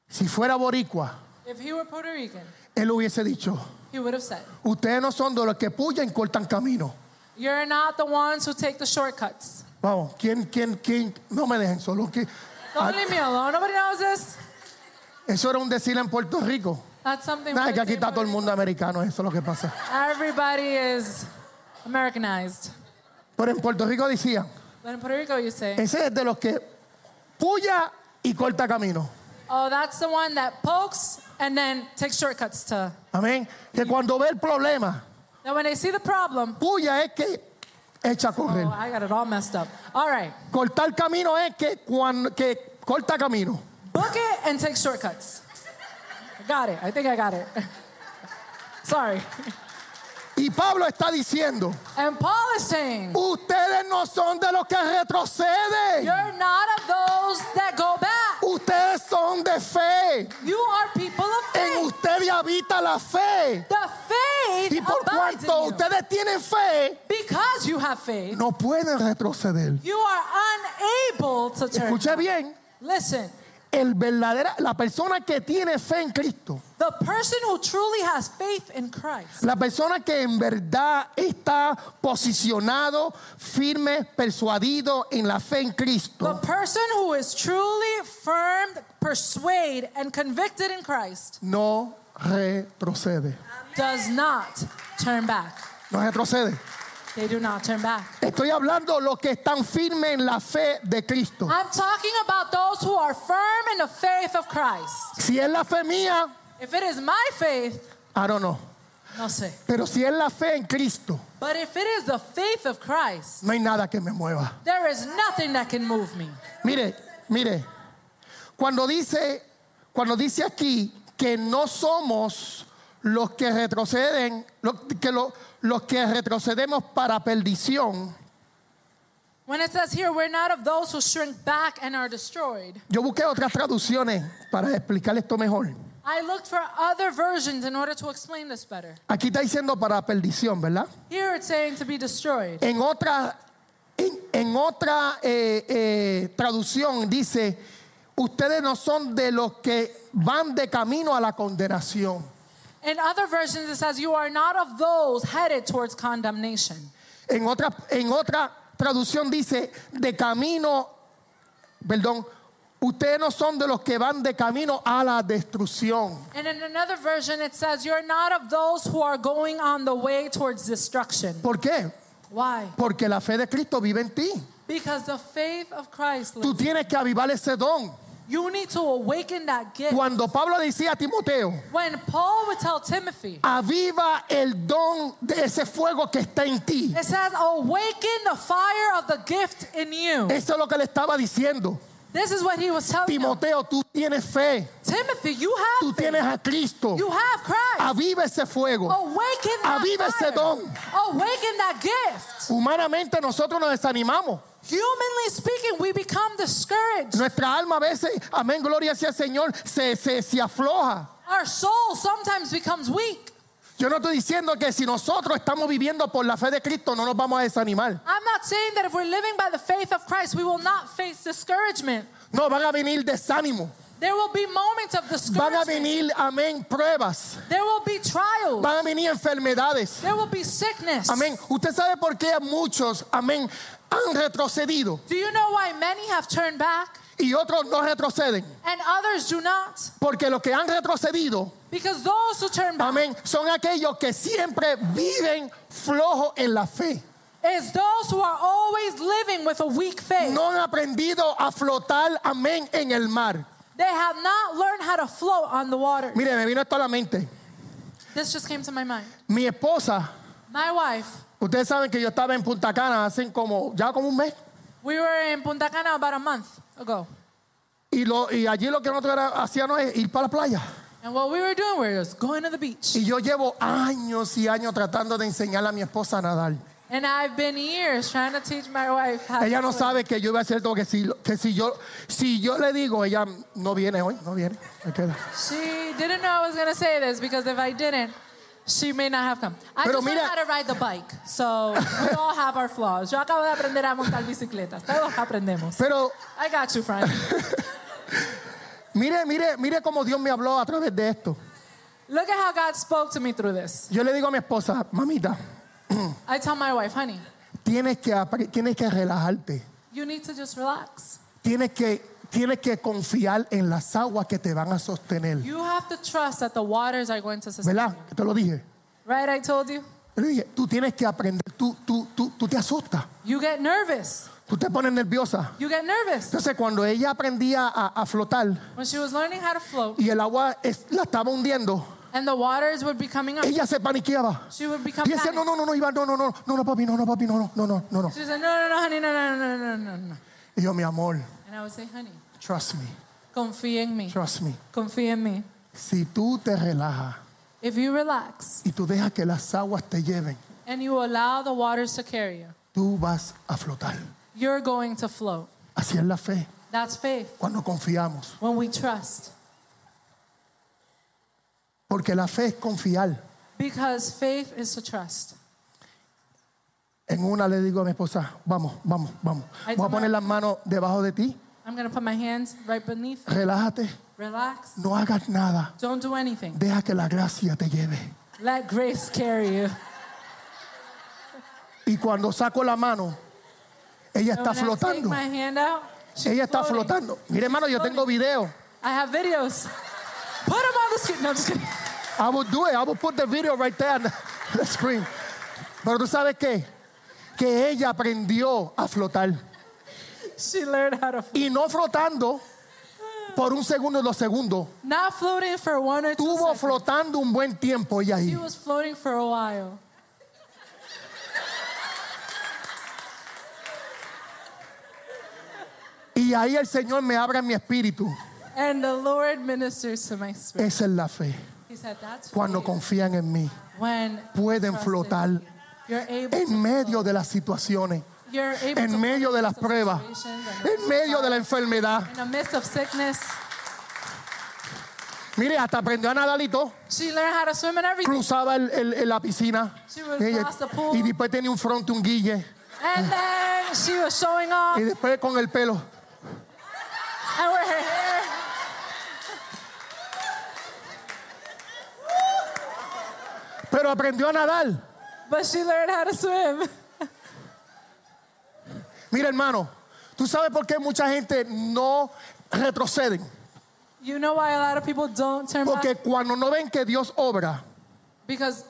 S2: si fuera boricua,
S1: if he were Puerto Rican,
S2: él hubiese dicho,
S1: he would have said,
S2: ustedes no son de los que pullan y cortan camino.
S1: You're not the ones who take the shortcuts.
S2: Vamos, ¿quién, quién, quién? No me dejen solo. ¿quién?
S1: Don't
S2: Ah,
S1: leave me alone. Nobody knows this.
S2: eso era un decir en Puerto Rico.
S1: That's something.
S2: Nada,
S1: we
S2: que
S1: would
S2: aquí
S1: say
S2: está
S1: in Puerto
S2: todo el mundo americano, eso es lo que pasa.
S1: Rico. Everybody is Americanized.
S2: Pero en Puerto Rico decían,
S1: But in Puerto Rico, you say,
S2: Ese es de los que puya y corta camino.
S1: oh, that's the one that pokes and then takes shortcuts to.
S2: Amén. Que cuando ve el problema,
S1: Now, when they see the problem,
S2: puya es que echa a correr.
S1: oh, I got it all messed up. All right,
S2: Cortar camino es que, cuan- que corta camino.
S1: book it and take shortcuts. I got it. I think I got it. Sorry.
S2: Y Pablo está diciendo,
S1: And Paul is saying,
S2: ustedes no son de los que retroceden.
S1: you're not of those that go back.
S2: Ustedes son de fe.
S1: You are people of
S2: En
S1: faith.
S2: ustedes habita la fe.
S1: The faith
S2: Y por
S1: abides in
S2: cuanto
S1: you.
S2: ustedes tienen fe,
S1: Because you have faith,
S2: no pueden retroceder.
S1: you are unable to turn.
S2: Escuche bien.
S1: Listen,
S2: El verdadera, la persona que tiene fe en Cristo
S1: the person who truly has faith in Christ
S2: La persona que en verdad está posicionado, firme, persuadido en la fe en
S1: The
S2: Cristo,
S1: person who is truly firm, persuaded, and convicted in Christ
S2: no retrocede.
S1: does not turn back.
S2: No retrocede.
S1: They do not turn back.
S2: Estoy hablando los que están firmes en la fe de Cristo.
S1: I'm talking about those who are firm in the faith of Christ.
S2: Si es la fe mía,
S1: If it is my faith,
S2: I don't know.
S1: no sé.
S2: Pero si es la fe en Cristo,
S1: But if it is the faith of Christ,
S2: no hay nada que me mueva.
S1: there is nothing that can move me.
S2: Mire, mire. Cuando dice, cuando dice aquí que no somos los que retroceden, lo- que lo- los que retrocedemos para perdición.
S1: When it says here, we're not of those who shrink back and are destroyed.
S2: Yo busqué otras traducciones para explicar esto mejor.
S1: I looked for other versions in order to explain this better.
S2: Aquí está diciendo para perdición, ¿verdad?
S1: Here it's saying to be destroyed.
S2: En otra, en, en otra eh, eh, traducción dice, ustedes no son de los que van de camino a la condenación.
S1: In other versions, it says, You are not of those headed towards condemnation.
S2: En otra, en otra traducción dice, de camino perdón, ustedes no son de los que van de camino a la destrucción.
S1: And in another version, it says, You're not of those who are going on the way towards destruction.
S2: ¿Por qué?
S1: Why?
S2: Porque la fe de Cristo vive en ti.
S1: Because the faith of Christ,
S2: Tú
S1: lives.
S2: tienes que avivar ese don.
S1: you need to awaken that gift.
S2: Cuando Pablo decía a Timoteo,
S1: When Paul would tell Timothy,
S2: aviva el don de ese fuego que está en ti.
S1: it says, Awaken the fire of the gift in you.
S2: Eso es lo que le estaba diciendo.
S1: This is what he was telling him.
S2: Timoteo, tú tienes fe,
S1: Timothy, you
S2: tú
S1: have faith.
S2: tienes a Cristo.
S1: You have Christ.
S2: Aviva ese fuego.
S1: Awaken that
S2: Aviva ese
S1: fire.
S2: don.
S1: Awaken that gift.
S2: Humanamente nosotros nos desanimamos.
S1: Humanly speaking, we become discouraged.
S2: Nuestra alma a veces, amén, gloria sea al Señor, se, se, se afloja.
S1: Our soul sometimes becomes weak.
S2: Yo no estoy diciendo que si nosotros estamos viviendo por la fe de Cristo no nos vamos a desanimar.
S1: I'm not saying that if we're living by the faith of Christ, we will not face discouragement.
S2: No, van a venir desánimo.
S1: There will be moments of
S2: Van a
S1: discouragement.
S2: venir, amén, pruebas.
S1: There will be trials.
S2: Van a venir enfermedades.
S1: There will be sickness.
S2: Amén. Usted sabe por qué muchos, amén, han retrocedido
S1: Do you know why many have turned back
S2: y otros no retroceden.
S1: and others do not?
S2: Porque los que han retrocedido,
S1: Because those who turn back
S2: amén, son aquellos que siempre viven flojos en la fe.
S1: is those who are always living with a weak faith.
S2: No han aprendido a flotar, amén, en el mar.
S1: They have not learned how to float on the water.
S2: Mire, me vino esto a la mente.
S1: This just came to my mind.
S2: Mi esposa,
S1: My wife,
S2: ustedes saben que yo estaba en Punta Cana hace como, ya como un mes.
S1: we were in Punta Cana about a month ago.
S2: Y, lo, y allí lo que nosotros era- hacíamos es ir para la playa.
S1: And what we were doing, we were just going to the beach.
S2: Y yo llevo años y años tratando de enseñarle a mi esposa a nadar.
S1: And I've been years trying to teach my wife how to
S2: Ella no
S1: swim.
S2: sabe que yo iba a hacer todo, que si, que si, yo, si yo le digo, ella no viene hoy, no viene. se queda.
S1: She didn't know I was going to say this because if I didn't, she may not have come. I
S2: Pero
S1: just learned
S2: mira-
S1: how to ride the bike. So we all have our flaws. Yo acabo de aprender a montar bicicletas. Todos aprendemos.
S2: Pero
S1: I got you, friend.
S2: mire, mire, mire cómo Dios me habló a través de esto.
S1: Look at how God spoke to me through this.
S2: Yo le digo a mi esposa, mamita,
S1: I tell my wife, honey,
S2: tienes que, apre- tienes que relajarte,
S1: you need to just relax.
S2: tienes que, tienes que confiar en las aguas que te van a sostener.
S1: You have to trust that the waters are going to sustain.
S2: ¿Verdad? Te lo dije.
S1: Right, I told you?
S2: Yo le dije, tú tienes que aprender, tú, tú, tú, tú te asustas,
S1: You get nervous.
S2: tú te pones nerviosa.
S1: You get nervous.
S2: Entonces cuando ella aprendía a, a flotar
S1: When she was learning how to float
S2: y el agua es- la estaba hundiendo,
S1: and the waters would be coming up,
S2: ella se paniqueaba.
S1: she would become
S2: Y decía, no,
S1: panicked.
S2: no, no, no, Iván, no, no, no, no, no, papi, no, no, papi, no, no, no, no, no, no.
S1: She said, no, no, no, honey, no, no, no, no, no, no, no.
S2: Y yo, mi amor,
S1: And I would say, honey,
S2: trust me,
S1: confía en mí.
S2: trust me.
S1: Confía en mí.
S2: Si tú te relajas
S1: If you relax
S2: y tú dejas que las aguas te lleven,
S1: and you allow the waters to carry you,
S2: tú vas a flotar.
S1: you're going to float.
S2: Así es la fe,
S1: That's faith.
S2: cuando confiamos.
S1: When we trust.
S2: Porque la fe es confiar.
S1: Because faith is to trust.
S2: En una le digo a mi esposa, vamos, vamos, vamos.
S1: Ahí
S2: Voy a
S1: toma-
S2: poner las manos debajo de ti,
S1: I'm going to put my hands right beneath.
S2: relájate,
S1: Relax.
S2: no hagas nada,
S1: Don't do anything.
S2: deja que la gracia te lleve.
S1: Let grace carry you.
S2: Y cuando saco la mano, ella está
S1: And when I Take
S2: flotando.
S1: my hand out. she's
S2: Ella está
S1: floating.
S2: flotando. Mire, hermano, yo tengo video.
S1: I have videos. Put them on the screen. No, I'm just kidding.
S2: I will do it. I will put the video right there on the the screen. Pero tú sabes qué? Que ella aprendió a flotar.
S1: She learned how to.
S2: Y no flotando por un segundo o dos segundos.
S1: Not floating for one or two
S2: Estuvo
S1: seconds.
S2: flotando un buen tiempo ella
S1: She
S2: ahí.
S1: was floating for a while.
S2: Y ahí el Señor me abre mi espíritu.
S1: And the Lord ministers to my spirit.
S2: Esa es la fe.
S1: He said, That's
S2: Cuando
S1: faith.
S2: confían en mí,
S1: when
S2: pueden
S1: trust
S2: flotar
S1: in me. You're able to
S2: en medio de las situaciones,
S1: You're able to
S2: en medio de las
S1: float in
S2: pruebas,
S1: situations and
S2: en medio de la enfermedad.
S1: In the midst of sickness,
S2: Mire, hasta aprendió a nadar y todo.
S1: she learned how to swim and everything.
S2: Cruzaba el- el- el- la piscina.
S1: She would
S2: Ella-
S1: cross the pool.
S2: y después tenía un fronte, un guille.
S1: And then she was showing
S2: Y
S1: off
S2: después con el pelo.
S1: and with her hair.
S2: Pero aprendió a nadar.
S1: But she learned how to swim.
S2: Mira, hermano, Tú sabes por qué mucha gente no retroceden.
S1: You know why a lot of people don't turn
S2: Porque
S1: back?
S2: cuando no ven que Dios obra,
S1: Because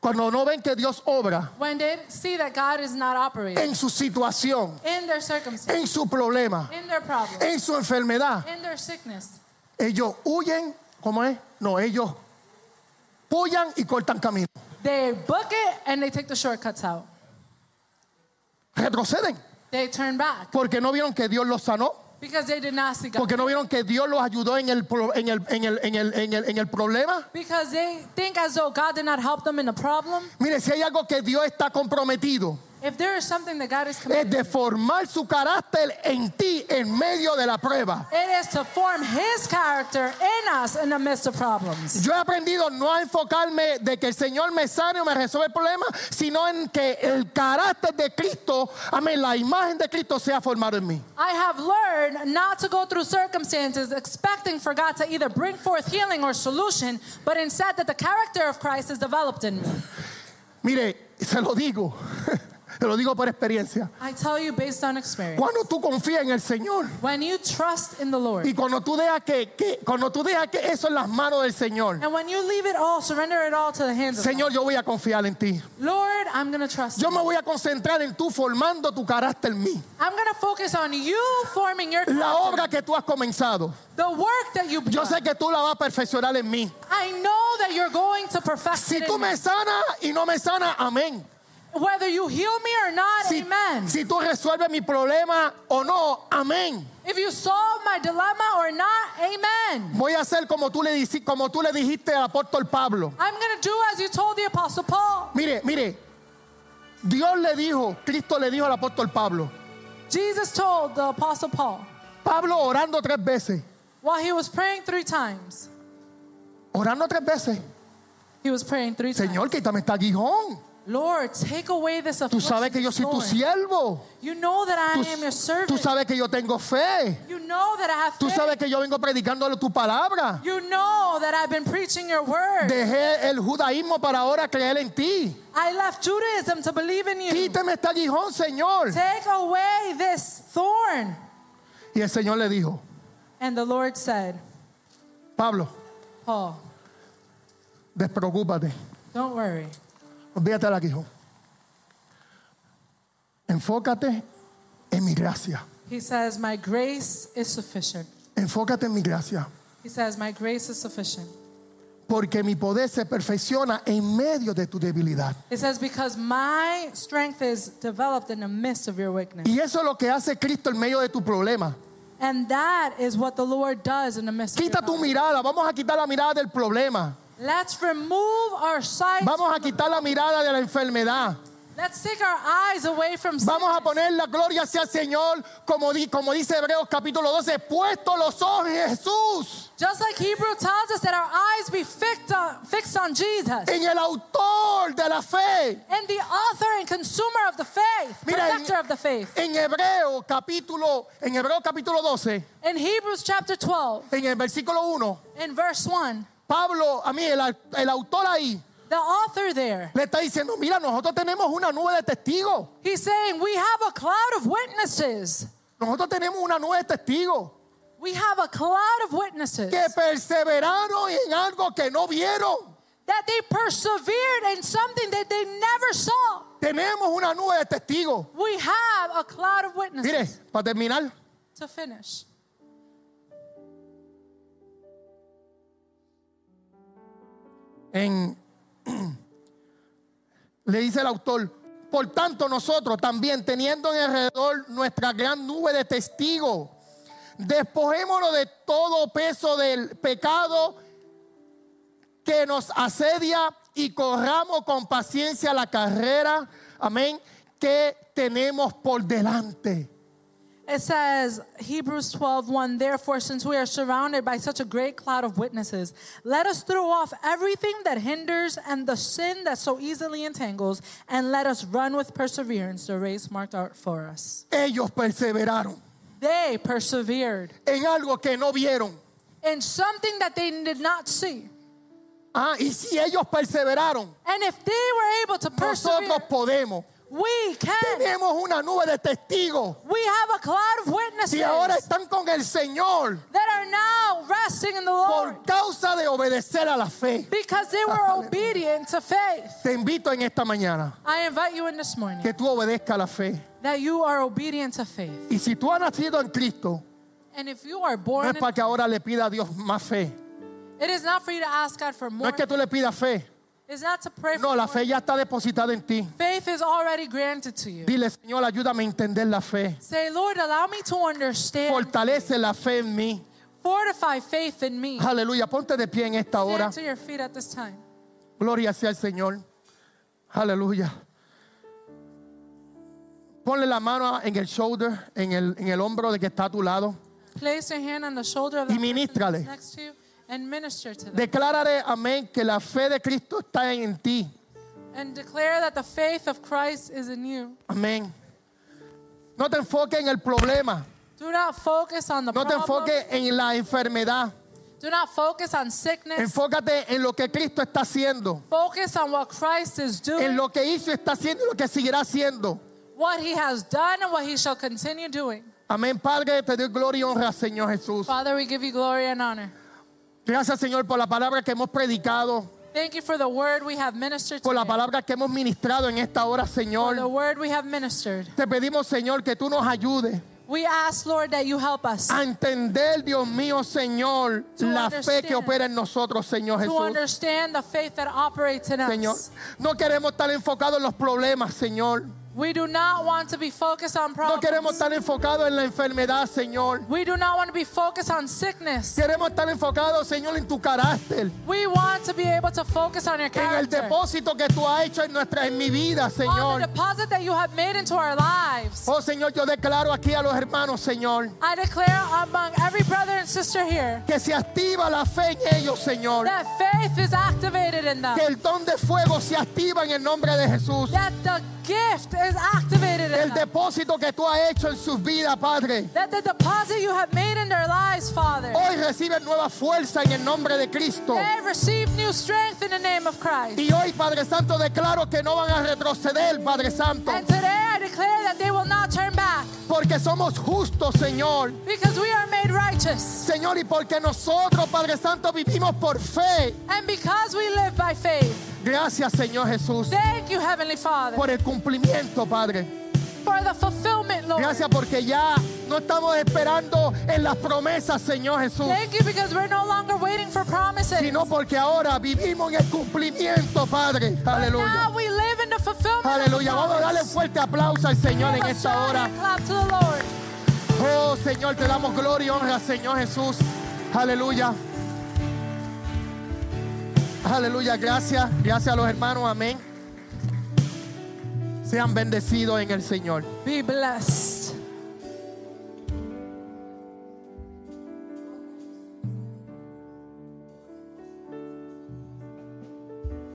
S2: cuando no ven que Dios obra
S1: when they see that God is not operating
S2: en su situación,
S1: in their circumstance,
S2: en su problema,
S1: in their problem,
S2: en su enfermedad,
S1: in their sickness,
S2: ellos huyen, ¿cómo es? No, ellos pullan y cortan camino.
S1: they book it and they take the shortcuts out.
S2: Retroceden
S1: They turn back
S2: porque no vieron que Dios los sanó,
S1: because they did not see God.
S2: porque no vieron que Dios los ayudó en el, pro- en el, en el, en el, en el, en el problema.
S1: Because they think as though God did not help them in the problem.
S2: Mire, si hay algo que Dios está comprometido,
S1: If there is something that God is
S2: es
S1: committed,
S2: de formar su carácter en ti en medio de la prueba.
S1: it is to form His character in us in the midst of problems.
S2: Yo he aprendido no a enfocarme de que el Señor me sane o me resuelve el problema, sino en que el carácter de Cristo, amén, la imagen de Cristo sea formado en mí.
S1: I have learned not to go through circumstances expecting for God to either bring forth healing or solution, but instead that the character of Christ is developed in me.
S2: Mire, se lo digo, se lo digo por experiencia.
S1: I tell you based on experience.
S2: Cuando tú confías en el Señor
S1: When you trust in the Lord
S2: y cuando tú dejas que, que- cuando tú dejas que eso en las manos del Señor,
S1: and when you leave it all, surrender it all to the hands of God.
S2: Señor, yo voy a confiar en ti.
S1: Lord, I'm going to trust
S2: Yo
S1: you.
S2: me voy a concentrar en tú formando tu carácter en mí.
S1: I'm going to focus on you forming your
S2: La
S1: character.
S2: obra que tú has comenzado,
S1: the work that you've
S2: yo
S1: done.
S2: sé que tú la vas a perfeccionar en mí.
S1: I know that you're going to perfect
S2: Si
S1: it.
S2: tú
S1: in
S2: me
S1: me.
S2: sanas y no me sanas, amén.
S1: Whether you heal me or not,
S2: Si,
S1: amen.
S2: si tú resuelves mi problema o no, amén.
S1: if you solve my dilemma or not, amen.
S2: Voy a hacer como tú le, dici- como tú le dijiste al apóstol Pablo.
S1: I'm going to do as you told the Apostle Paul.
S2: Mire, mire. Dios le dijo, Cristo le dijo al apóstol Pablo.
S1: Jesus told the Apostle Paul
S2: Pablo orando tres veces.
S1: while he was praying three times.
S2: Orando tres veces.
S1: He was praying three times.
S2: Señor, quítame esta aguijón.
S1: Lord, take away this
S2: Tú
S1: affliction.
S2: sabes que yo soy tu
S1: Lord.
S2: siervo.
S1: You know that eh. I
S2: Tú,
S1: am your
S2: tú
S1: servant.
S2: sabes que yo tengo fe.
S1: You know that I have
S2: Tú
S1: faith.
S2: sabes que yo vengo predicando tu palabra.
S1: You know that I've been preaching your word.
S2: Dejé el judaísmo para ahora creer en ti.
S1: I left Judaism to believe in you.
S2: Quíteme este aguijón, Señor.
S1: Take away this thorn.
S2: Y el Señor le dijo,
S1: And the Lord said,
S2: Pablo,
S1: Paul,
S2: despreocúpate,
S1: don't worry.
S2: olvídate del aguijón. Enfócate en mi gracia,
S1: He says, My grace is sufficient.
S2: enfócate en mi gracia,
S1: He says, My grace is sufficient.
S2: porque mi poder se perfecciona en medio de tu debilidad.
S1: It says, Because my strength is developed in the midst of your weakness.
S2: Y eso es lo que hace Cristo en medio de tu problema.
S1: And that is what the Lord does in the midst of your
S2: Quita tu
S1: problem.
S2: mirada, vamos a quitar la mirada del problema,
S1: Let's remove our sight.
S2: vamos a quitar la mirada de la enfermedad,
S1: Let's take our eyes away from
S2: vamos a
S1: sickness.
S2: poner la gloria hacia el Señor, como, di- como dice Hebreos capítulo 12, puesto los ojos en Jesús.
S1: Just like Hebrew tells us that our eyes be fixed on, fixed on Jesus
S2: en el autor de la fe.
S1: and the author and consumer of the faith,
S2: Mira, en-
S1: perfecter of the faith.
S2: En Hebreo capítulo, en Hebreo capítulo 12,
S1: In Hebrews chapter 12,
S2: en el versículo 1,
S1: in verse 1,
S2: Pablo, a mí el, au- el autor ahí
S1: the author there,
S2: le está diciendo, mira, nosotros tenemos una nube de testigos.
S1: he's saying, We have a cloud of witnesses.
S2: Nosotros tenemos una nube de testigos
S1: We have a cloud of witnesses
S2: que perseveraron en algo que no vieron.
S1: that they persevered in something that they never saw.
S2: Tenemos una nube de testigos.
S1: We have a cloud of witnesses
S2: Mire, para terminar,
S1: to finish.
S2: en- le dice el autor, por tanto nosotros también teniendo en alrededor nuestra gran nube de testigos, despojémonos de todo peso del pecado que nos asedia y corramos con paciencia la carrera, amén, que tenemos por delante.
S1: It says, Hebrews 12, Therefore, since we are surrounded by such a great cloud of witnesses, let us throw off everything that hinders and the sin that so easily entangles, and let us run with perseverance the race marked out for us.
S2: Ellos perseveraron
S1: They persevered
S2: en algo que no vieron.
S1: in something that they did not see.
S2: Ah, y si ellos perseveraron,
S1: And if they were able to persevere,
S2: nosotros podemos.
S1: We can.
S2: Tenemos una nube de testigos
S1: We have a cloud of witnesses
S2: y ahora están con el Señor
S1: that are now resting in the Lord
S2: por causa de obedecer a la fe.
S1: because they were obedient to faith.
S2: Te invito en esta mañana
S1: I invite you in this morning
S2: que tú obedezcas a la fe.
S1: that you are obedient to faith.
S2: Y si tú has nacido en Cristo,
S1: And if you are
S2: no
S1: born,
S2: es para que ahora le pida a Dios más fe.
S1: it is not for you to ask God for
S2: No
S1: more.
S2: es que tú le pidas fe.
S1: It's not to pray for
S2: No, la
S1: more.
S2: fe ya está depositada en ti.
S1: Faith is already granted to you.
S2: Dile, Señor, ayúdame a entender la fe.
S1: Say, Lord, allow me to understand.
S2: Fortalece la fe en mí.
S1: Fortify faith in me.
S2: Aleluya. Ponte de pie en esta hora.
S1: Stand to your feet at this time.
S2: Gloria sea al Señor. Aleluya. Ponle la mano en el shoulder, en el, en el hombro de que está a tu lado.
S1: Place your hand on the shoulder of the
S2: Y
S1: person
S2: ministrale.
S1: that's next to you and minister to them.
S2: Declárale, amén, que la fe de Cristo está en ti.
S1: and declare that the faith of Christ is in you.
S2: Amén. No te enfoques en el problema.
S1: Do not focus on the
S2: No te
S1: problem.
S2: enfoques en la enfermedad.
S1: Do not focus on sickness.
S2: Enfócate en lo que Cristo está haciendo.
S1: focus on what Christ is doing,
S2: En lo que hizo, está haciendo y lo que seguirá haciendo.
S1: what he has done, and what he shall continue doing.
S2: Amén, Padre, te doy gloria y honra, Señor Jesús.
S1: Father, we give you glory and honor.
S2: Gracias, Señor, por la palabra que hemos predicado.
S1: Thank you for the word we have ministered
S2: por la
S1: today,
S2: palabra que hemos ministrado en esta hora,
S1: for the
S2: Señor.
S1: word we have ministered.
S2: Te pedimos, Señor, que tú nos ayudes
S1: We ask, Lord, that you help us
S2: a entender, Dios mío, Señor,
S1: To
S2: la fe
S1: understand.
S2: que opera en nosotros, Señor
S1: to
S2: Jesús.
S1: understand the faith that operates in us.
S2: Señor, no queremos estar enfocados en los problemas, Señor.
S1: We do not want to be focused on
S2: No
S1: problems.
S2: queremos estar enfocados en la enfermedad, Señor.
S1: we do not want to be focused on sickness.
S2: Queremos estar enfocados, Señor, en tu carácter,
S1: We want to be able to focus on your
S2: en el
S1: character.
S2: depósito que tú has hecho en nuestra, en mi vida,
S1: on the
S2: Señor.
S1: deposit that you have made into our lives.
S2: Oh, Señor, yo declaro aquí a los hermanos, Señor,
S1: I declare among every brother and sister here
S2: que se activa la fe en ellos, Señor.
S1: that faith is activated in them.
S2: Que el don de fuego se activa en el nombre de Jesús.
S1: That the gift is activated in
S2: El
S1: them.
S2: depósito que tú has hecho en sus vidas, Padre.
S1: That the deposit you have made in their lives, Father,
S2: Hoy reciben nueva fuerza en el nombre de Cristo.
S1: they receive new strength in the name of Christ.
S2: Y hoy, Padre Santo, declaro que no van a retroceder, Padre Santo.
S1: And today I declare that they will not turn back
S2: Porque somos justos, Señor.
S1: because we are made righteous.
S2: Señor, y porque nosotros, Padre Santo, vivimos por fe.
S1: And because we live by faith,
S2: Gracias, Señor Jesús,
S1: thank you, Heavenly Father,
S2: por el cumplimiento, Padre.
S1: for the fulfillment, Lord.
S2: Gracias porque ya no estamos esperando en las promesas, Señor Jesús.
S1: Thank you because we're no longer waiting for promises.
S2: sino porque ahora vivimos en el cumplimiento, Padre. Aleluya.
S1: Now we live in the fulfillment. of
S2: Aleluya.
S1: the
S2: Vamos a darle un
S1: promise.
S2: fuerte aplauso al Señor en
S1: Give a
S2: esta
S1: shout
S2: hora.
S1: and clap to the Lord.
S2: Oh, Señor, te damos gloria y honra, Señor Jesús. Aleluya. Aleluya. Gracias. Gracias a los hermanos. Amén. Sean bendecidos en el Señor.
S1: Be blessed.